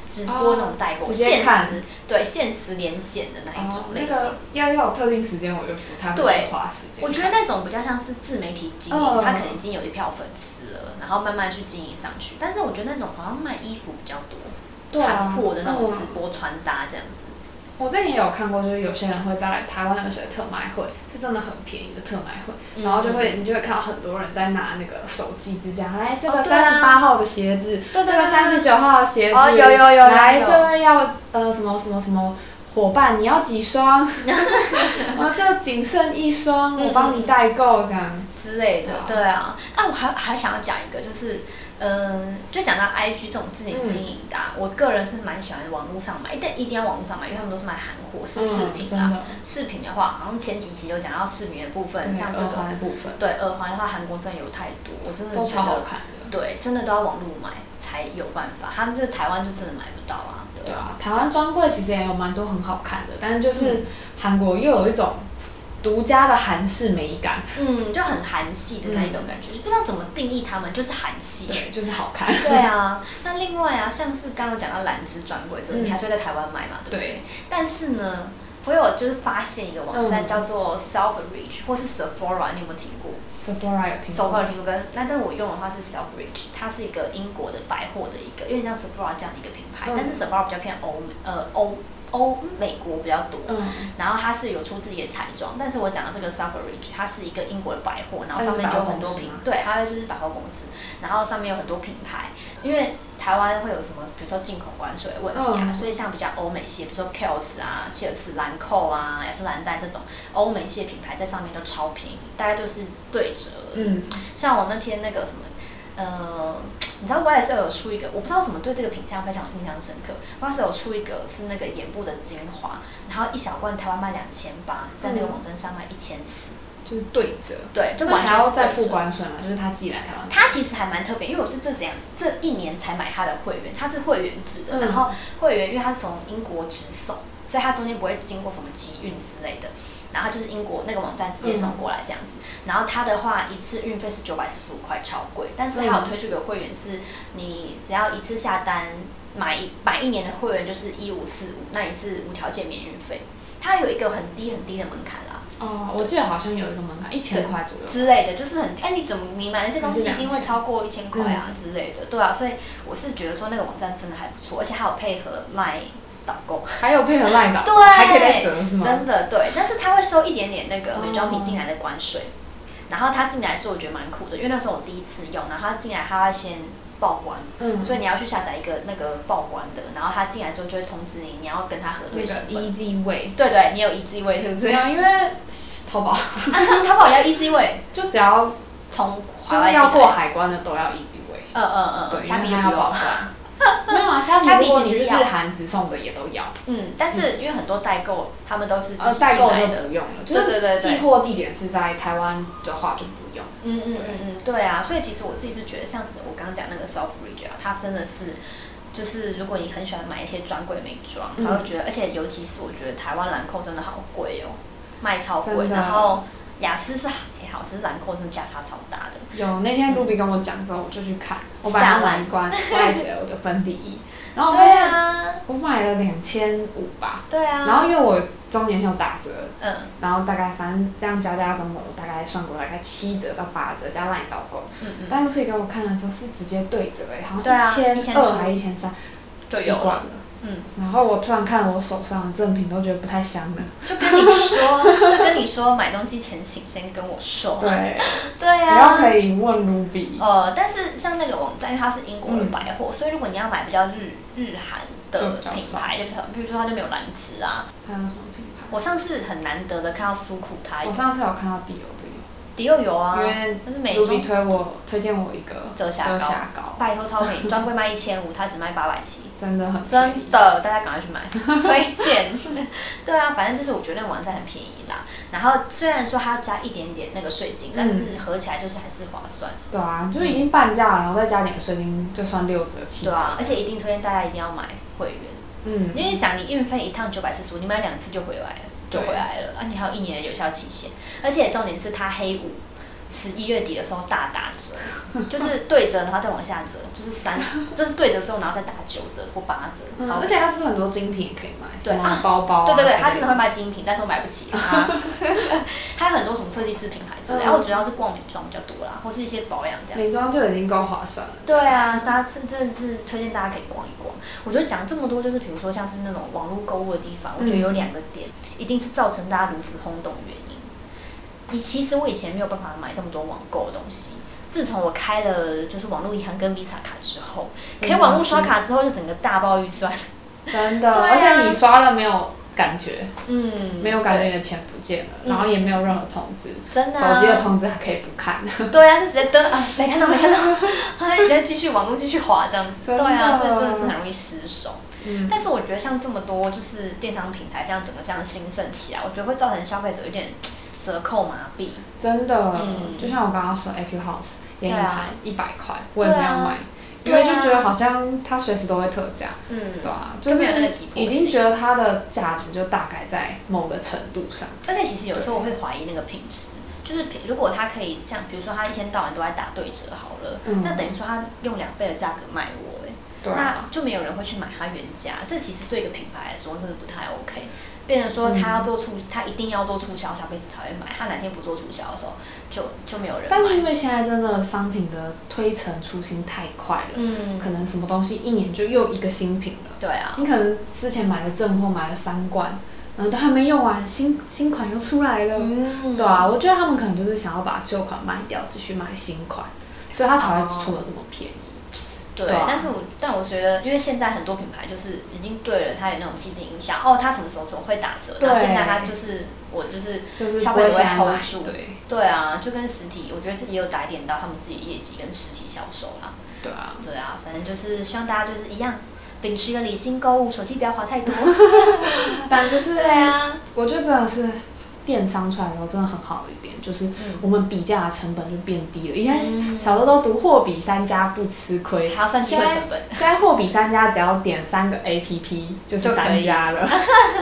Speaker 1: 直播那种代购，
Speaker 2: 哦直接
Speaker 1: 限
Speaker 2: 看
Speaker 1: 时对限时连线的那一种类
Speaker 2: 那
Speaker 1: 型。
Speaker 2: 个要要有特定时间，我就不太会
Speaker 1: 对哦
Speaker 2: 去花时间。
Speaker 1: 我觉得哦那种比较像是自媒体经营，
Speaker 2: 嗯
Speaker 1: 他可能已经有一票粉丝了，然后慢慢去经营上去。但是我觉得那种好像卖衣服比较多，
Speaker 2: 对
Speaker 1: 韩
Speaker 2: 啊，
Speaker 1: 货的那种
Speaker 2: 嗯
Speaker 1: 直播穿搭这样子。
Speaker 2: 我之前也有看过，就是有些人会在台湾有些特卖会是真的很便宜的特卖会，
Speaker 1: 嗯
Speaker 2: 然后就会你就会看到很多人在拿那个手机支架，来这个
Speaker 1: 哦对啊
Speaker 2: 三十八号的鞋子，
Speaker 1: 对对
Speaker 2: 这个三十九号的鞋子，
Speaker 1: 哦有有有
Speaker 2: 来
Speaker 1: 有
Speaker 2: 这个要呃什么什么什么。伙伴，你要 几双？然后这个仅剩一双，
Speaker 1: 嗯
Speaker 2: 我帮你代购这样。
Speaker 1: 之类的，
Speaker 2: 对
Speaker 1: 对啊。啊，我还还想要讲一个，就是，嗯、就讲到 IG 这种自己经营的、啊，
Speaker 2: 嗯
Speaker 1: 我个人是蛮喜欢网络上买，一定一定要网络上买，因为他们都是卖韩货，是饰
Speaker 2: 嗯，
Speaker 1: 品
Speaker 2: 真
Speaker 1: 啊。
Speaker 2: 的，
Speaker 1: 饰品的话，好像前几期有讲到饰品的部分，
Speaker 2: 对
Speaker 1: 像这
Speaker 2: 耳
Speaker 1: 个
Speaker 2: 环的部分
Speaker 1: 对耳环的话，韩国真的有太多，我真的
Speaker 2: 都
Speaker 1: 觉
Speaker 2: 超好
Speaker 1: 得
Speaker 2: 看的。
Speaker 1: 对，真的都要网络买才有办法，他们这台湾就真的买不到啊，对
Speaker 2: 对
Speaker 1: 啊，嗯
Speaker 2: 啊，台湾专柜其实也有蛮多很好看的，但是就是韩国又有一种独家的韩式美感，
Speaker 1: 嗯，就很韩系的那一种感觉，就不知道怎么定义他们，就是韩系。
Speaker 2: 对，就是好看。
Speaker 1: 对啊， 那另外啊，像是刚刚讲到兰芝专柜这个，
Speaker 2: 嗯
Speaker 1: 你还是会在台湾买嘛，对不对？
Speaker 2: 对，
Speaker 1: 但是呢，我有就是发现一个网站
Speaker 2: 嗯
Speaker 1: 叫做 Self Reach 或是 Sephora，你有没有听过？
Speaker 2: Sephora 有听
Speaker 1: 手
Speaker 2: 过
Speaker 1: 工，听过，跟那但我用的话是 Self Reach，它是一个英国的百货的一个，有点像 Sephora 这样的一个品牌，
Speaker 2: 嗯
Speaker 1: 但是 Sephora 比较偏欧美，呃欧欧美国比较多。
Speaker 2: 嗯，
Speaker 1: 然后它是有出自己的彩妆，但是我讲的这个 Suffrage，它是一个英国的百货，然后上面就有很多
Speaker 2: 它是百货公司
Speaker 1: 品
Speaker 2: 吗，
Speaker 1: 对，它就是百货公司，然后上面有很多品牌，因为台湾会有什么，比如说进口关税的问题啊，
Speaker 2: 嗯
Speaker 1: 所以像比较欧美系，比如说 Kiehl's 啊、切尔斯、兰蔻啊、雅诗兰黛这种欧美系的品牌在上面都超便宜，大概就是对折而已。
Speaker 2: 嗯，
Speaker 1: 像我那天那个什么。呃，你知道 YSL 有出一个，我不知道为什么对这个品相非常印象深刻。YSL 有出一个是那个眼部的精华，然后一小罐台湾卖两千八，在那个网站上卖一千四，
Speaker 2: 就是对折。
Speaker 1: 对，就
Speaker 2: 那
Speaker 1: 完
Speaker 2: 还
Speaker 1: 全
Speaker 2: 要
Speaker 1: 是
Speaker 2: 再
Speaker 1: 对
Speaker 2: 付
Speaker 1: 折。
Speaker 2: 关税嘛，就是他寄来台湾，
Speaker 1: 它其实还蛮特别，因为我是这两这一年才买它的会员，它是会员制的，
Speaker 2: 嗯
Speaker 1: 然后会员因为它是从英国直送，所以它中间不会经过什么集运之类的，然后它就是英国那个网站直接送过来这样子。然后它的话一次运费是九百四十五块，超贵，但是它有推出给会员是，你只要一次下单买一买一年的会员就是一五四五，那你是无条件免运费，它有一个很低很低的门槛啦。
Speaker 2: 哦，我记得好像有一个门槛，一千块左右。
Speaker 1: 之类的，就是很哎，你怎么你买那些东西一定会超过一千块啊之类的，对啊，所以我是觉得说那个网站真的还不错，而且还有配合卖导购，
Speaker 2: 还有配合赖导，
Speaker 1: 对
Speaker 2: 还可以再折是吗？
Speaker 1: 真的对，但是他会收一点点那个
Speaker 2: 哦
Speaker 1: 美妆品进来的关税，然后他进来是我觉得蛮酷的，因为那时候我第一次用，然后他进来他要先报关，
Speaker 2: 嗯，
Speaker 1: 所以你要去下载一个那个报关的，然后他进来之后就会通知你，你要跟他核
Speaker 2: 那
Speaker 1: 对
Speaker 2: 个
Speaker 1: 身份，
Speaker 2: Easy Way，
Speaker 1: 对对，你有 EZ 位是不 是
Speaker 2: 对？啊，因为淘宝
Speaker 1: 淘宝要 EZ 位，
Speaker 2: 就只要
Speaker 1: 从
Speaker 2: 就
Speaker 1: 海外
Speaker 2: 是
Speaker 1: 进
Speaker 2: 要
Speaker 1: 来
Speaker 2: 过，海关的都要 Easy Way，
Speaker 1: 嗯嗯
Speaker 2: 对，
Speaker 1: 嗯，虾
Speaker 2: 因
Speaker 1: 皮
Speaker 2: 为
Speaker 1: 也
Speaker 2: 它
Speaker 1: 不用
Speaker 2: 要 保。管。没有啊，虾
Speaker 1: 虾
Speaker 2: 皮
Speaker 1: 皮
Speaker 2: 如果你
Speaker 1: 其实
Speaker 2: 是日
Speaker 1: 要
Speaker 2: 韩直送的也都要，
Speaker 1: 嗯，但是因为很多代购他们都是
Speaker 2: 呃，
Speaker 1: 自己
Speaker 2: 代购
Speaker 1: 进
Speaker 2: 就
Speaker 1: 来的，
Speaker 2: 不用了，就
Speaker 1: 对对对
Speaker 2: 是
Speaker 1: 对
Speaker 2: 寄货地点是在台湾的话就不用。
Speaker 1: 嗯嗯嗯嗯，对啊，所以其实我自己是觉得，像是我刚刚讲那个 self reach 啊，它真的是。就是如果你很喜欢买一些专柜美妆，
Speaker 2: 嗯
Speaker 1: 他会觉得，而且尤其是我觉得台湾兰蔻真的好贵哦，卖超贵，
Speaker 2: 真的
Speaker 1: 然后雅诗是还好，是兰蔻真的价差超大的。
Speaker 2: 有那天 Ruby 跟我讲之后，我就去看，我本来要买一罐 YSL 的粉底 液，然后我发
Speaker 1: 对
Speaker 2: 现
Speaker 1: 啊，
Speaker 2: 我买了两千五吧，
Speaker 1: 对啊。
Speaker 2: 然后因为我中年有打折，
Speaker 1: 嗯
Speaker 2: 然后大概反正这样加加总共，我大概算过大概七折到八折加烂导购。
Speaker 1: 嗯嗯，
Speaker 2: 但 Luffy 给我看的时候是直接对折哎、好
Speaker 1: 对啊
Speaker 2: 像一千二
Speaker 1: 1200
Speaker 2: 还一千三，
Speaker 1: 就
Speaker 2: 一
Speaker 1: 有
Speaker 2: 罐
Speaker 1: 了。
Speaker 2: 了。
Speaker 1: 嗯，
Speaker 2: 然后我突然看了我手上的赠品，都觉得不太香了。
Speaker 1: 就跟你说，就跟你说，买东西前请先跟我说。
Speaker 2: 对，
Speaker 1: 哦对啊。
Speaker 2: 然后可以问 Ruby。
Speaker 1: 呃，但是像那个网站，因为它是英国的百货，所以如果你要买比较日日韩
Speaker 2: 嗯就
Speaker 1: 的
Speaker 2: 比较
Speaker 1: 品
Speaker 2: 少
Speaker 1: 牌，就比较，比如说它就没有兰芝啊。
Speaker 2: 还有什么品牌？
Speaker 1: 我上次很难得的看到苏库它
Speaker 2: 我上次有看到迪欧
Speaker 1: 迪奥有啊
Speaker 2: 的，，因为
Speaker 1: 但是美妆
Speaker 2: Ruby 推我推荐我一个
Speaker 1: 遮瑕膏
Speaker 2: 膏
Speaker 1: 拜托超便宜，专柜卖一千五，它只卖八百 七。
Speaker 2: 真的很便宜
Speaker 1: 真的，大家赶快去买，推荐。 对啊，反正就是我觉得那个网站很便宜啦。然后虽然说它要加一点点那个税金，但是合起来就是还是划算，
Speaker 2: 对啊，就是已经半价了，然后再加点税金，就算六折七
Speaker 1: 对
Speaker 2: 折。
Speaker 1: 啊。而且一定推荐大家一定要买会员。
Speaker 2: 嗯，
Speaker 1: 因为想你运费一趟九百四十五，你买两次就回来了，就
Speaker 2: 对
Speaker 1: 回来了，而且还有一年的有效期限，而且重点是它黑五十一月底的时候大打折， 就是对折然后再往下折，就是三， 就是对折之后然后再打九折或八折，
Speaker 2: 嗯
Speaker 1: 超
Speaker 2: 而且它是不是很多精品也可以买？
Speaker 1: 对
Speaker 2: 什么
Speaker 1: 啊
Speaker 2: 包包啊、
Speaker 1: 对对对，他
Speaker 2: 之
Speaker 1: 真
Speaker 2: 类
Speaker 1: 的会卖精品，但是我买不 起它。 它有很多什么设计师品牌之类的，
Speaker 2: 嗯
Speaker 1: 然后我主要是逛美妆比较多啦，或是一些保养这样。
Speaker 2: 美妆就已经够划算了。
Speaker 1: 对啊，大家真真的是推荐大家可以逛一逛。我觉得讲这么多，就是比如说像是那种网络购物的地方，
Speaker 2: 嗯
Speaker 1: 我觉得有两个点，一定是造成大家如此轰动的原因。你其实我以前没有办法买这么多网购的东西，自从我开了就是网络银行跟 Visa 卡之后，可
Speaker 2: 真
Speaker 1: 以
Speaker 2: 的
Speaker 1: 网络刷卡之后就整个大爆预算。
Speaker 2: 真的，
Speaker 1: 对啊
Speaker 2: 而且你刷了没有感觉，
Speaker 1: 嗯
Speaker 2: 没有感觉
Speaker 1: 对，
Speaker 2: 你的钱不见了，
Speaker 1: 嗯
Speaker 2: 然后也没有任何通知，
Speaker 1: 真的、啊。
Speaker 2: 手机的通知还可以不看，
Speaker 1: 对啊，就直接登啊，没看到没看到， 啊，你再继续网络继续滑这样子，
Speaker 2: 真
Speaker 1: 对
Speaker 2: 的
Speaker 1: 啊，所以真的是很容易失手。
Speaker 2: 嗯，
Speaker 1: 但是我觉得像这么多就是电商平台这样整个这样兴盛起来，我觉得会造成消费者有点折扣麻痹。
Speaker 2: 真的，
Speaker 1: 嗯
Speaker 2: 就像我刚刚说，Etude House 眼
Speaker 1: 对
Speaker 2: 影
Speaker 1: 啊
Speaker 2: 盘一百块，我也没有买，因
Speaker 1: 对啊
Speaker 2: 为就觉得好像它随时都会特价，
Speaker 1: 嗯
Speaker 2: 对，啊，
Speaker 1: 就没有那个
Speaker 2: 是
Speaker 1: 急迫性
Speaker 2: 已经觉得它的价值就大概在某个程度上。
Speaker 1: 而且其实有时候我会怀疑那个品质，就是品如果他可以像比如说他一天到晚都在打对折好了，
Speaker 2: 嗯
Speaker 1: 那等于说他用两倍的价格卖我、欸，
Speaker 2: 对啊
Speaker 1: 那，就没有人会去买它原价，这其实对一个品牌来说真的不太 OK。变成说他要做促，他一定要做促销，消费者才会买。他哪天不做促销的时候，就就没有人
Speaker 2: 但是
Speaker 1: 买。
Speaker 2: 因为现在真的商品的推陈出新太快了，
Speaker 1: 嗯，
Speaker 2: 可能什么东西一年就又一个新品了。
Speaker 1: 对啊，
Speaker 2: 你可能之前买了正货，买了三罐，然后都还没用完，新新款又出来了。
Speaker 1: 嗯
Speaker 2: 对啊，我觉得他们可能就是想要把旧款卖掉，继续买新款，所以他才会出的这么便宜。
Speaker 1: 对，
Speaker 2: 对啊
Speaker 1: 但是我但我觉得，因为现在很多品牌就是已经对了它有那种既定印象，哦，它什么时候总会打折，
Speaker 2: 对
Speaker 1: 然后现在它就是我就是
Speaker 2: 就是
Speaker 1: 消
Speaker 2: 不
Speaker 1: 费者
Speaker 2: 会
Speaker 1: 会
Speaker 2: 想要
Speaker 1: hold
Speaker 2: 买
Speaker 1: 住
Speaker 2: 对
Speaker 1: 对啊，就跟实体，我觉得是也有打点到他们自己业绩跟实体销售啦。
Speaker 2: 对啊，
Speaker 1: 对啊，反正就是希望大家就是一样，秉持一个理性购物，手机不要划太多。
Speaker 2: 但就是哎
Speaker 1: 对啊，
Speaker 2: 我觉得真的是电商出来以后真的很好的一点，就是
Speaker 1: 嗯
Speaker 2: 我们比价的成本就变低了。以前
Speaker 1: 嗯
Speaker 2: 小时候都读货比三家不吃亏，
Speaker 1: 还要算机会成本，
Speaker 2: 现在货比三家只要点三个 APP 就是
Speaker 1: 就可以
Speaker 2: 三家了，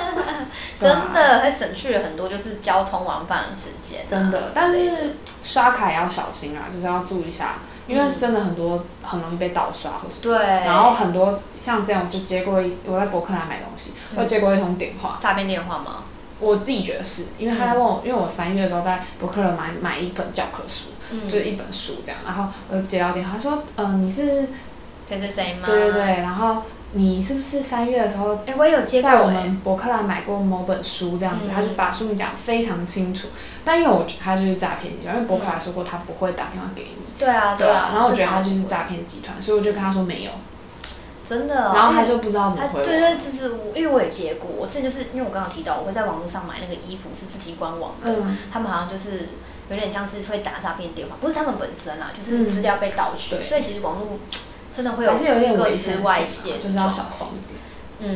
Speaker 2: 对啊
Speaker 1: 真的还省去了很多就是交通往返的时间啊、
Speaker 2: 真的，但是刷卡也要小心啊，就是要注意一下，因
Speaker 1: 嗯
Speaker 2: 为真的很多很容易被盗刷或者。
Speaker 1: 对，
Speaker 2: 然后很多像这样，我就接过一我在博客来买东西，
Speaker 1: 嗯
Speaker 2: 我接过一通电话，
Speaker 1: 诈骗电话吗？
Speaker 2: 我自己觉得是因为他在问我，因为我三月的时候在博客来买买一本教科书，
Speaker 1: 嗯
Speaker 2: 就是一本书这样，然后我就接到电话他说，呃，你是
Speaker 1: 谁谁谁吗？
Speaker 2: 对对对，然后你是不是三月的时候
Speaker 1: 哎、我也有接过、
Speaker 2: 在我
Speaker 1: 欸，
Speaker 2: 们博客来买过某本书这样子，
Speaker 1: 嗯
Speaker 2: 他就把书名讲得非常清楚，但因为我觉得他就是诈骗集团，因为博客来说过他不会打电话给你，
Speaker 1: 对嗯啊，
Speaker 2: 对
Speaker 1: 啊
Speaker 2: 啊，，然后我觉得他
Speaker 1: 这
Speaker 2: 就
Speaker 1: 种
Speaker 2: 是诈骗集团，所以我就跟他说没有，
Speaker 1: 真的哦、
Speaker 2: 然后他就不知道怎么
Speaker 1: 他
Speaker 2: 回
Speaker 1: 对
Speaker 2: 我。
Speaker 1: 对，就是我，因为我也接过，我之前就是因为我刚刚有提到，我会在网络上买那个衣服是自己官网的，
Speaker 2: 嗯，
Speaker 1: 他们好像就是有点像是会打诈骗电话，不是他们本身啦，就是
Speaker 2: 嗯
Speaker 1: 资料被盗取，
Speaker 2: 对
Speaker 1: 所以其实网络真的会有
Speaker 2: 还是有点
Speaker 1: 各
Speaker 2: 危
Speaker 1: 自
Speaker 2: 险
Speaker 1: 外
Speaker 2: 性
Speaker 1: 泄
Speaker 2: 啊，
Speaker 1: 的
Speaker 2: 就是要
Speaker 1: 状
Speaker 2: 小
Speaker 1: 况
Speaker 2: 心一点。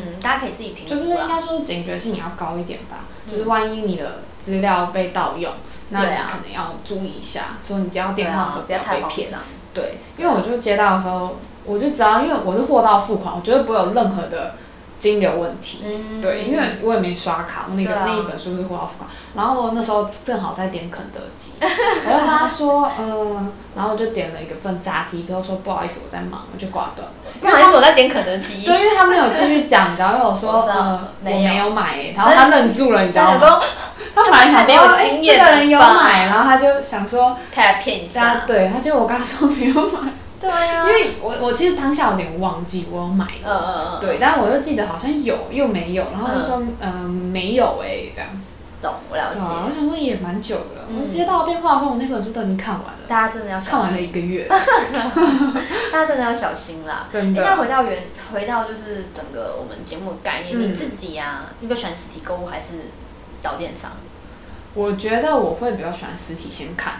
Speaker 1: 嗯，大家可以自己评估
Speaker 2: 就
Speaker 1: 啦。
Speaker 2: 是应该说警觉性也要高一点吧，
Speaker 1: 嗯
Speaker 2: 就是万一你的资料被盗用，那
Speaker 1: 对
Speaker 2: 你
Speaker 1: 啊
Speaker 2: 可能要注意一下，所以你接到
Speaker 1: 对
Speaker 2: 电话的时
Speaker 1: 啊
Speaker 2: 候，
Speaker 1: 不
Speaker 2: 要
Speaker 1: 要太
Speaker 2: 被
Speaker 1: 慌
Speaker 2: 骗。
Speaker 1: 张。
Speaker 2: 对，因为我就接到的时候，我就知道，因为我是货到付款，我绝对不会有任何的金流问题。
Speaker 1: 嗯，
Speaker 2: 对，因为我也没刷卡，我那个、
Speaker 1: 对啊
Speaker 2: 那一本书是货到付款，然后我那时候正好在点肯德 基，我就跟他说，嗯，然后我就点了一个份炸鸡，之后说不好意思，我在忙，我就挂断了。
Speaker 1: 不好意思，我在点肯德基。
Speaker 2: 对，因为他没有继续讲，然后有说
Speaker 1: 我知道
Speaker 2: 呃我
Speaker 1: 没有
Speaker 2: 没有买、然后他愣住了，你知
Speaker 1: 他想
Speaker 2: 道吗？
Speaker 1: 说
Speaker 2: 他本来想
Speaker 1: 没
Speaker 2: 说
Speaker 1: 有
Speaker 2: 哎
Speaker 1: 经验
Speaker 2: 这个人有
Speaker 1: 吧
Speaker 2: 买，然后他就想说，
Speaker 1: 他来骗一
Speaker 2: 他
Speaker 1: 下。
Speaker 2: 对，他就我跟他说没有买，
Speaker 1: 对啊
Speaker 2: 因为我我其实当下有点忘记我有买
Speaker 1: 嗯嗯嗯，
Speaker 2: 对，但我就记得好像有又没有，然后就说嗯、呃没有哎、这样，
Speaker 1: 懂，我了
Speaker 2: 对啊，
Speaker 1: 解。
Speaker 2: 我想说也蛮久的，
Speaker 1: 嗯
Speaker 2: 我接到电话的时候，我那本书都已经看完了，
Speaker 1: 大家真的要
Speaker 2: 看
Speaker 1: 小
Speaker 2: 完
Speaker 1: 心，
Speaker 2: 了一个 月，
Speaker 1: 大家真的要小心啦。
Speaker 2: 真
Speaker 1: 诶哎那回到原，回到就是整个我们节目的概念，
Speaker 2: 嗯
Speaker 1: 你自己呀，你比较喜欢实体购物还是导电商？
Speaker 2: 我觉得我会比较喜欢实体先看，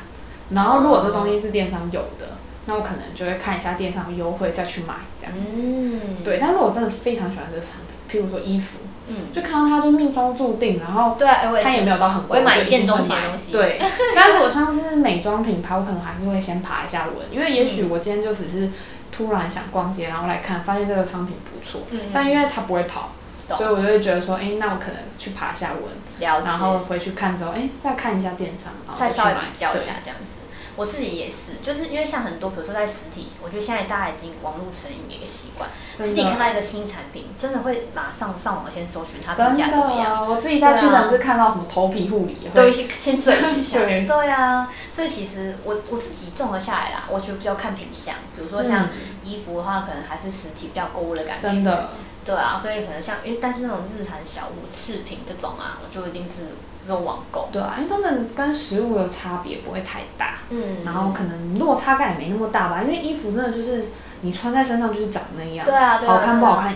Speaker 2: 然后如果这东西是电商有的，那我可能就会看一下电商优惠再去买这样子。
Speaker 1: 嗯，
Speaker 2: 对，但如果真的非常喜欢这个产品，譬如说衣服，
Speaker 1: 嗯，
Speaker 2: 就看到它就命中注定，然后
Speaker 1: 对啊，诶我也
Speaker 2: 它也
Speaker 1: 是。
Speaker 2: 没有到很
Speaker 1: 我
Speaker 2: 贵，
Speaker 1: 也买
Speaker 2: 就
Speaker 1: 一见
Speaker 2: 定会
Speaker 1: 钟情的
Speaker 2: 买
Speaker 1: 东西
Speaker 2: 对， 但如果像是美妆品牌，我可能还是会先爬一下文，因为也许我今天就只是突然想逛街，然后来看，发现这个商品不错，
Speaker 1: 嗯
Speaker 2: 但因为它不会跑，
Speaker 1: 懂
Speaker 2: 所以我就会觉得说，哎、那我可能去爬一下文。
Speaker 1: 了解
Speaker 2: 然后回去看之后，哎、再看一下电商，然后
Speaker 1: 再
Speaker 2: 去
Speaker 1: 稍微
Speaker 2: 买
Speaker 1: 比较一
Speaker 2: 对
Speaker 1: 下这样子。我自己也是，就是因为像很多，比如说在实体，我觉得现在大家已经网络成瘾的一个习惯，
Speaker 2: 真
Speaker 1: 实
Speaker 2: 的
Speaker 1: 体看到一个新产品，真的会马上上网先搜寻它评
Speaker 2: 真
Speaker 1: 价怎么样，啊
Speaker 2: 的，我自己啊在屈臣氏看到什么头皮护理也
Speaker 1: 都
Speaker 2: 会，
Speaker 1: 先 search 一下。
Speaker 2: 对
Speaker 1: 对啊，所以其实我我自己综合下来啦，我觉得比较看品相，比如说像衣服的话，可能还是实体比较购嗯物的感觉。
Speaker 2: 真的，
Speaker 1: 对啊，所以可能像因为但是那种日韩小物饰品这种啊，我就一定是用网购。
Speaker 2: 对啊，因为他们跟食物的差别不会太大，
Speaker 1: 嗯
Speaker 2: 然后可能落差感也没那么大吧，因为衣服真的就是你穿在身上就是长那样，
Speaker 1: 对啊，对啊
Speaker 2: 好看不好
Speaker 1: 对啊
Speaker 2: 看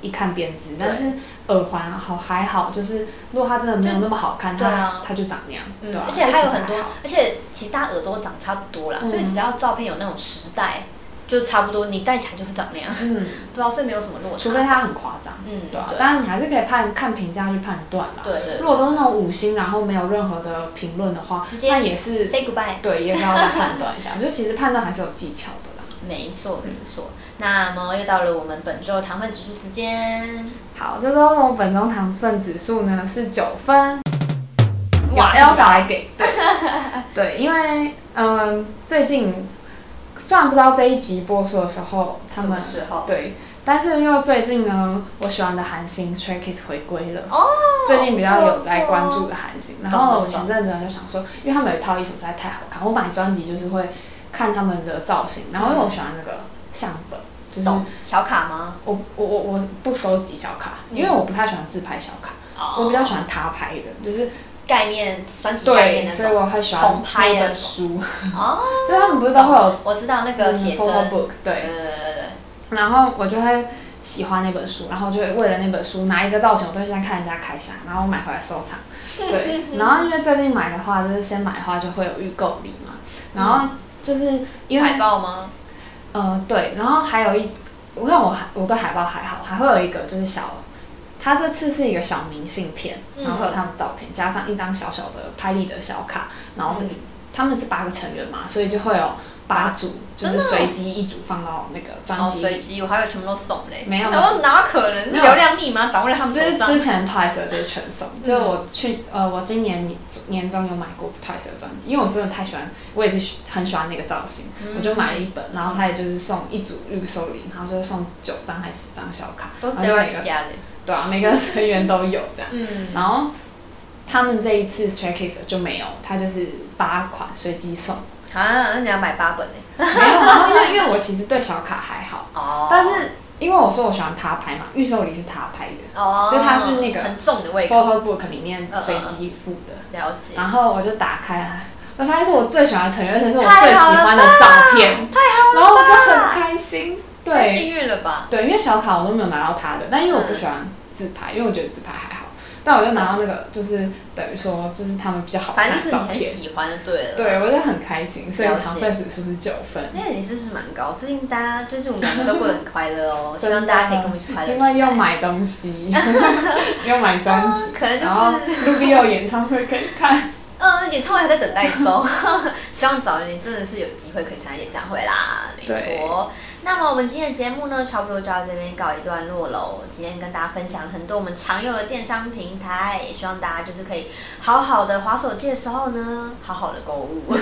Speaker 2: 一看便知，
Speaker 1: 对
Speaker 2: 但是耳环啊好还好，就是如果它真的没有那么好看，
Speaker 1: 对啊
Speaker 2: 它它就长那样，对
Speaker 1: 嗯，
Speaker 2: 啊，
Speaker 1: 而且还有很
Speaker 2: 其
Speaker 1: 多
Speaker 2: 实还好，
Speaker 1: 而且其实大家耳朵长差不多啦，
Speaker 2: 嗯
Speaker 1: 所以只要照片有那种时代就差不多，你戴起来就会长那样，
Speaker 2: 嗯，
Speaker 1: 对啊，所以没有什么落差。
Speaker 2: 除非它很夸张，
Speaker 1: 嗯，
Speaker 2: 对啊，
Speaker 1: 对
Speaker 2: 当然你还是可以判看评价去判断啦。
Speaker 1: 对对
Speaker 2: 如果都是那种五星，然后没有任何的评论的话
Speaker 1: 直，接
Speaker 2: 那也是
Speaker 1: 对，say goodbye。
Speaker 2: 对，也是要再判断一 下。就其实判断还是有技巧的啦。
Speaker 1: 没错，没错。那么又到了我们本周糖分指数时间，
Speaker 2: 好，这周我本中糖分指数呢是九分，
Speaker 1: 哇
Speaker 2: 哇，Elsa 来给， 对对，因为嗯，最近虽然不知道这一集播出的时候他们
Speaker 1: 什么时候
Speaker 2: 对，但是因为最近呢，我喜欢的韩星 t r a k i s 回归了，
Speaker 1: 哦，
Speaker 2: 最近比较有在
Speaker 1: 不错
Speaker 2: 关注的韩星。然后我前阵子就想说，因为他们有一套衣服实在太好看，我买专辑就是会看他们的造型，然后因为我喜欢那个相本，就
Speaker 1: 嗯
Speaker 2: 是
Speaker 1: 懂小卡吗？
Speaker 2: 我我我我不收集小卡，
Speaker 1: 嗯哦
Speaker 2: 因为我不太喜欢自拍小卡，我比较喜欢他拍的，就是
Speaker 1: 概念专辑概念
Speaker 2: 对，
Speaker 1: 那
Speaker 2: 所以
Speaker 1: 种。
Speaker 2: 我会喜欢
Speaker 1: 同拍的
Speaker 2: 那
Speaker 1: 那
Speaker 2: 本
Speaker 1: 种
Speaker 2: 书，
Speaker 1: 哦，
Speaker 2: 就他们不是都会有
Speaker 1: 我知道那个写
Speaker 2: 嗯 photo
Speaker 1: 真，
Speaker 2: book 对，
Speaker 1: 呃，
Speaker 2: 然后我就会喜欢那本书，然后就会为了那本书拿一个造型，我都会先看人家开箱，然后买回来收 藏。对，然后因为最近买的话，就是先买的话就会有预购礼嘛，
Speaker 1: 嗯
Speaker 2: 然后就是因为
Speaker 1: 海报吗？
Speaker 2: 呃对，然后还有一，我看我还我对海报还好，还会有一个就是小，它这次是一个小明信片，
Speaker 1: 嗯
Speaker 2: 然后会有他们照片，加上一张小小的拍立得小卡，然后是、
Speaker 1: 嗯
Speaker 2: 他们是八个成员嘛，所以就会有八组，就
Speaker 1: 真
Speaker 2: 是
Speaker 1: 的哦
Speaker 2: 随机一组放到那个专
Speaker 1: 哦，
Speaker 2: 辑
Speaker 1: 随机，我还以为全部都送嘞。
Speaker 2: 没有
Speaker 1: 然后哪可能？
Speaker 2: 没有
Speaker 1: 流量密码掌握在他们
Speaker 2: 这
Speaker 1: 手
Speaker 2: 是
Speaker 1: 上。嗯
Speaker 2: 之前 Twice 的就是全送，就是我去呃，我今年年年中有买过 Twice 的专辑，因为我真的太喜欢，我也是喜很喜欢那个造型，
Speaker 1: 嗯
Speaker 2: 我就买了一本，然后他也就是送一组预售礼，然后就是送九张还是十张小卡，
Speaker 1: 都
Speaker 2: 然后
Speaker 1: 只
Speaker 2: 就
Speaker 1: 有
Speaker 2: 每
Speaker 1: 你
Speaker 2: 个
Speaker 1: 家的。
Speaker 2: 对啊，每个成员都有这样，
Speaker 1: 嗯，
Speaker 2: 然后他们这一次 Stray Kids 就没有，他就是八款随机送，
Speaker 1: 啊，那你要买八本嘞。
Speaker 2: 没有，然后因为因为我其实对小卡还好，
Speaker 1: 哦
Speaker 2: 但是因为我说我喜欢他拍嘛，预售礼是他拍的。
Speaker 1: 哦，
Speaker 2: 就它是那个
Speaker 1: 很重的味道。
Speaker 2: photo book 里面随机附的，
Speaker 1: 了解。
Speaker 2: 然后我就打开来，我发现是我最喜欢的成员，而且是我最喜欢的照片，太好了，然后我就很开心，
Speaker 1: 太
Speaker 2: 对
Speaker 1: 幸运了吧？
Speaker 2: 对，因为小卡我都没有拿到他的，但因为我不喜欢自拍，因为我觉得自拍还好，但我就拿到那个，就是等于说就是他们比较好
Speaker 1: 反
Speaker 2: 看
Speaker 1: 正就是
Speaker 2: 的
Speaker 1: 你
Speaker 2: 照
Speaker 1: 很
Speaker 2: 片，
Speaker 1: 喜欢就对了。
Speaker 2: 对我就很开心，所以
Speaker 1: 了解
Speaker 2: 糖分指数是九分，
Speaker 1: 那也是是蛮高，最近大家就是我们两个都过得很快乐哦，希望
Speaker 2: 真的啊
Speaker 1: 大家可以跟我一起快乐
Speaker 2: 因
Speaker 1: 起来。
Speaker 2: 为要买东西， 要买专 辑，
Speaker 1: 可能就
Speaker 2: 然后
Speaker 1: 是
Speaker 2: Luvio 演唱会可以看。
Speaker 1: 嗯，演唱会还在等待中， 希望早一点真的是有机会可以参加演唱会啦，没错
Speaker 2: 对。
Speaker 1: 那么我们今天的节目呢，差不多就到这边告一段落喽。今天跟大家分享了很多我们常用的电商平台，也希望大家就是可以好好的划手机的时候呢，好好的购物。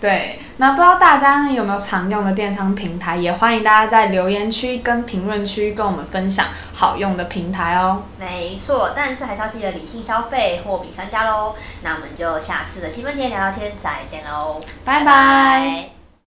Speaker 2: 对，那不知道大家呢有没有常用的电商平台，也欢迎大家在留言区跟评论区跟我们分享好用的平台哦。
Speaker 1: 没错，但是还是要记得理性消费，货比三家喽。那我们就下次的新闻天聊聊天再见喽，
Speaker 2: 拜拜
Speaker 1: 拜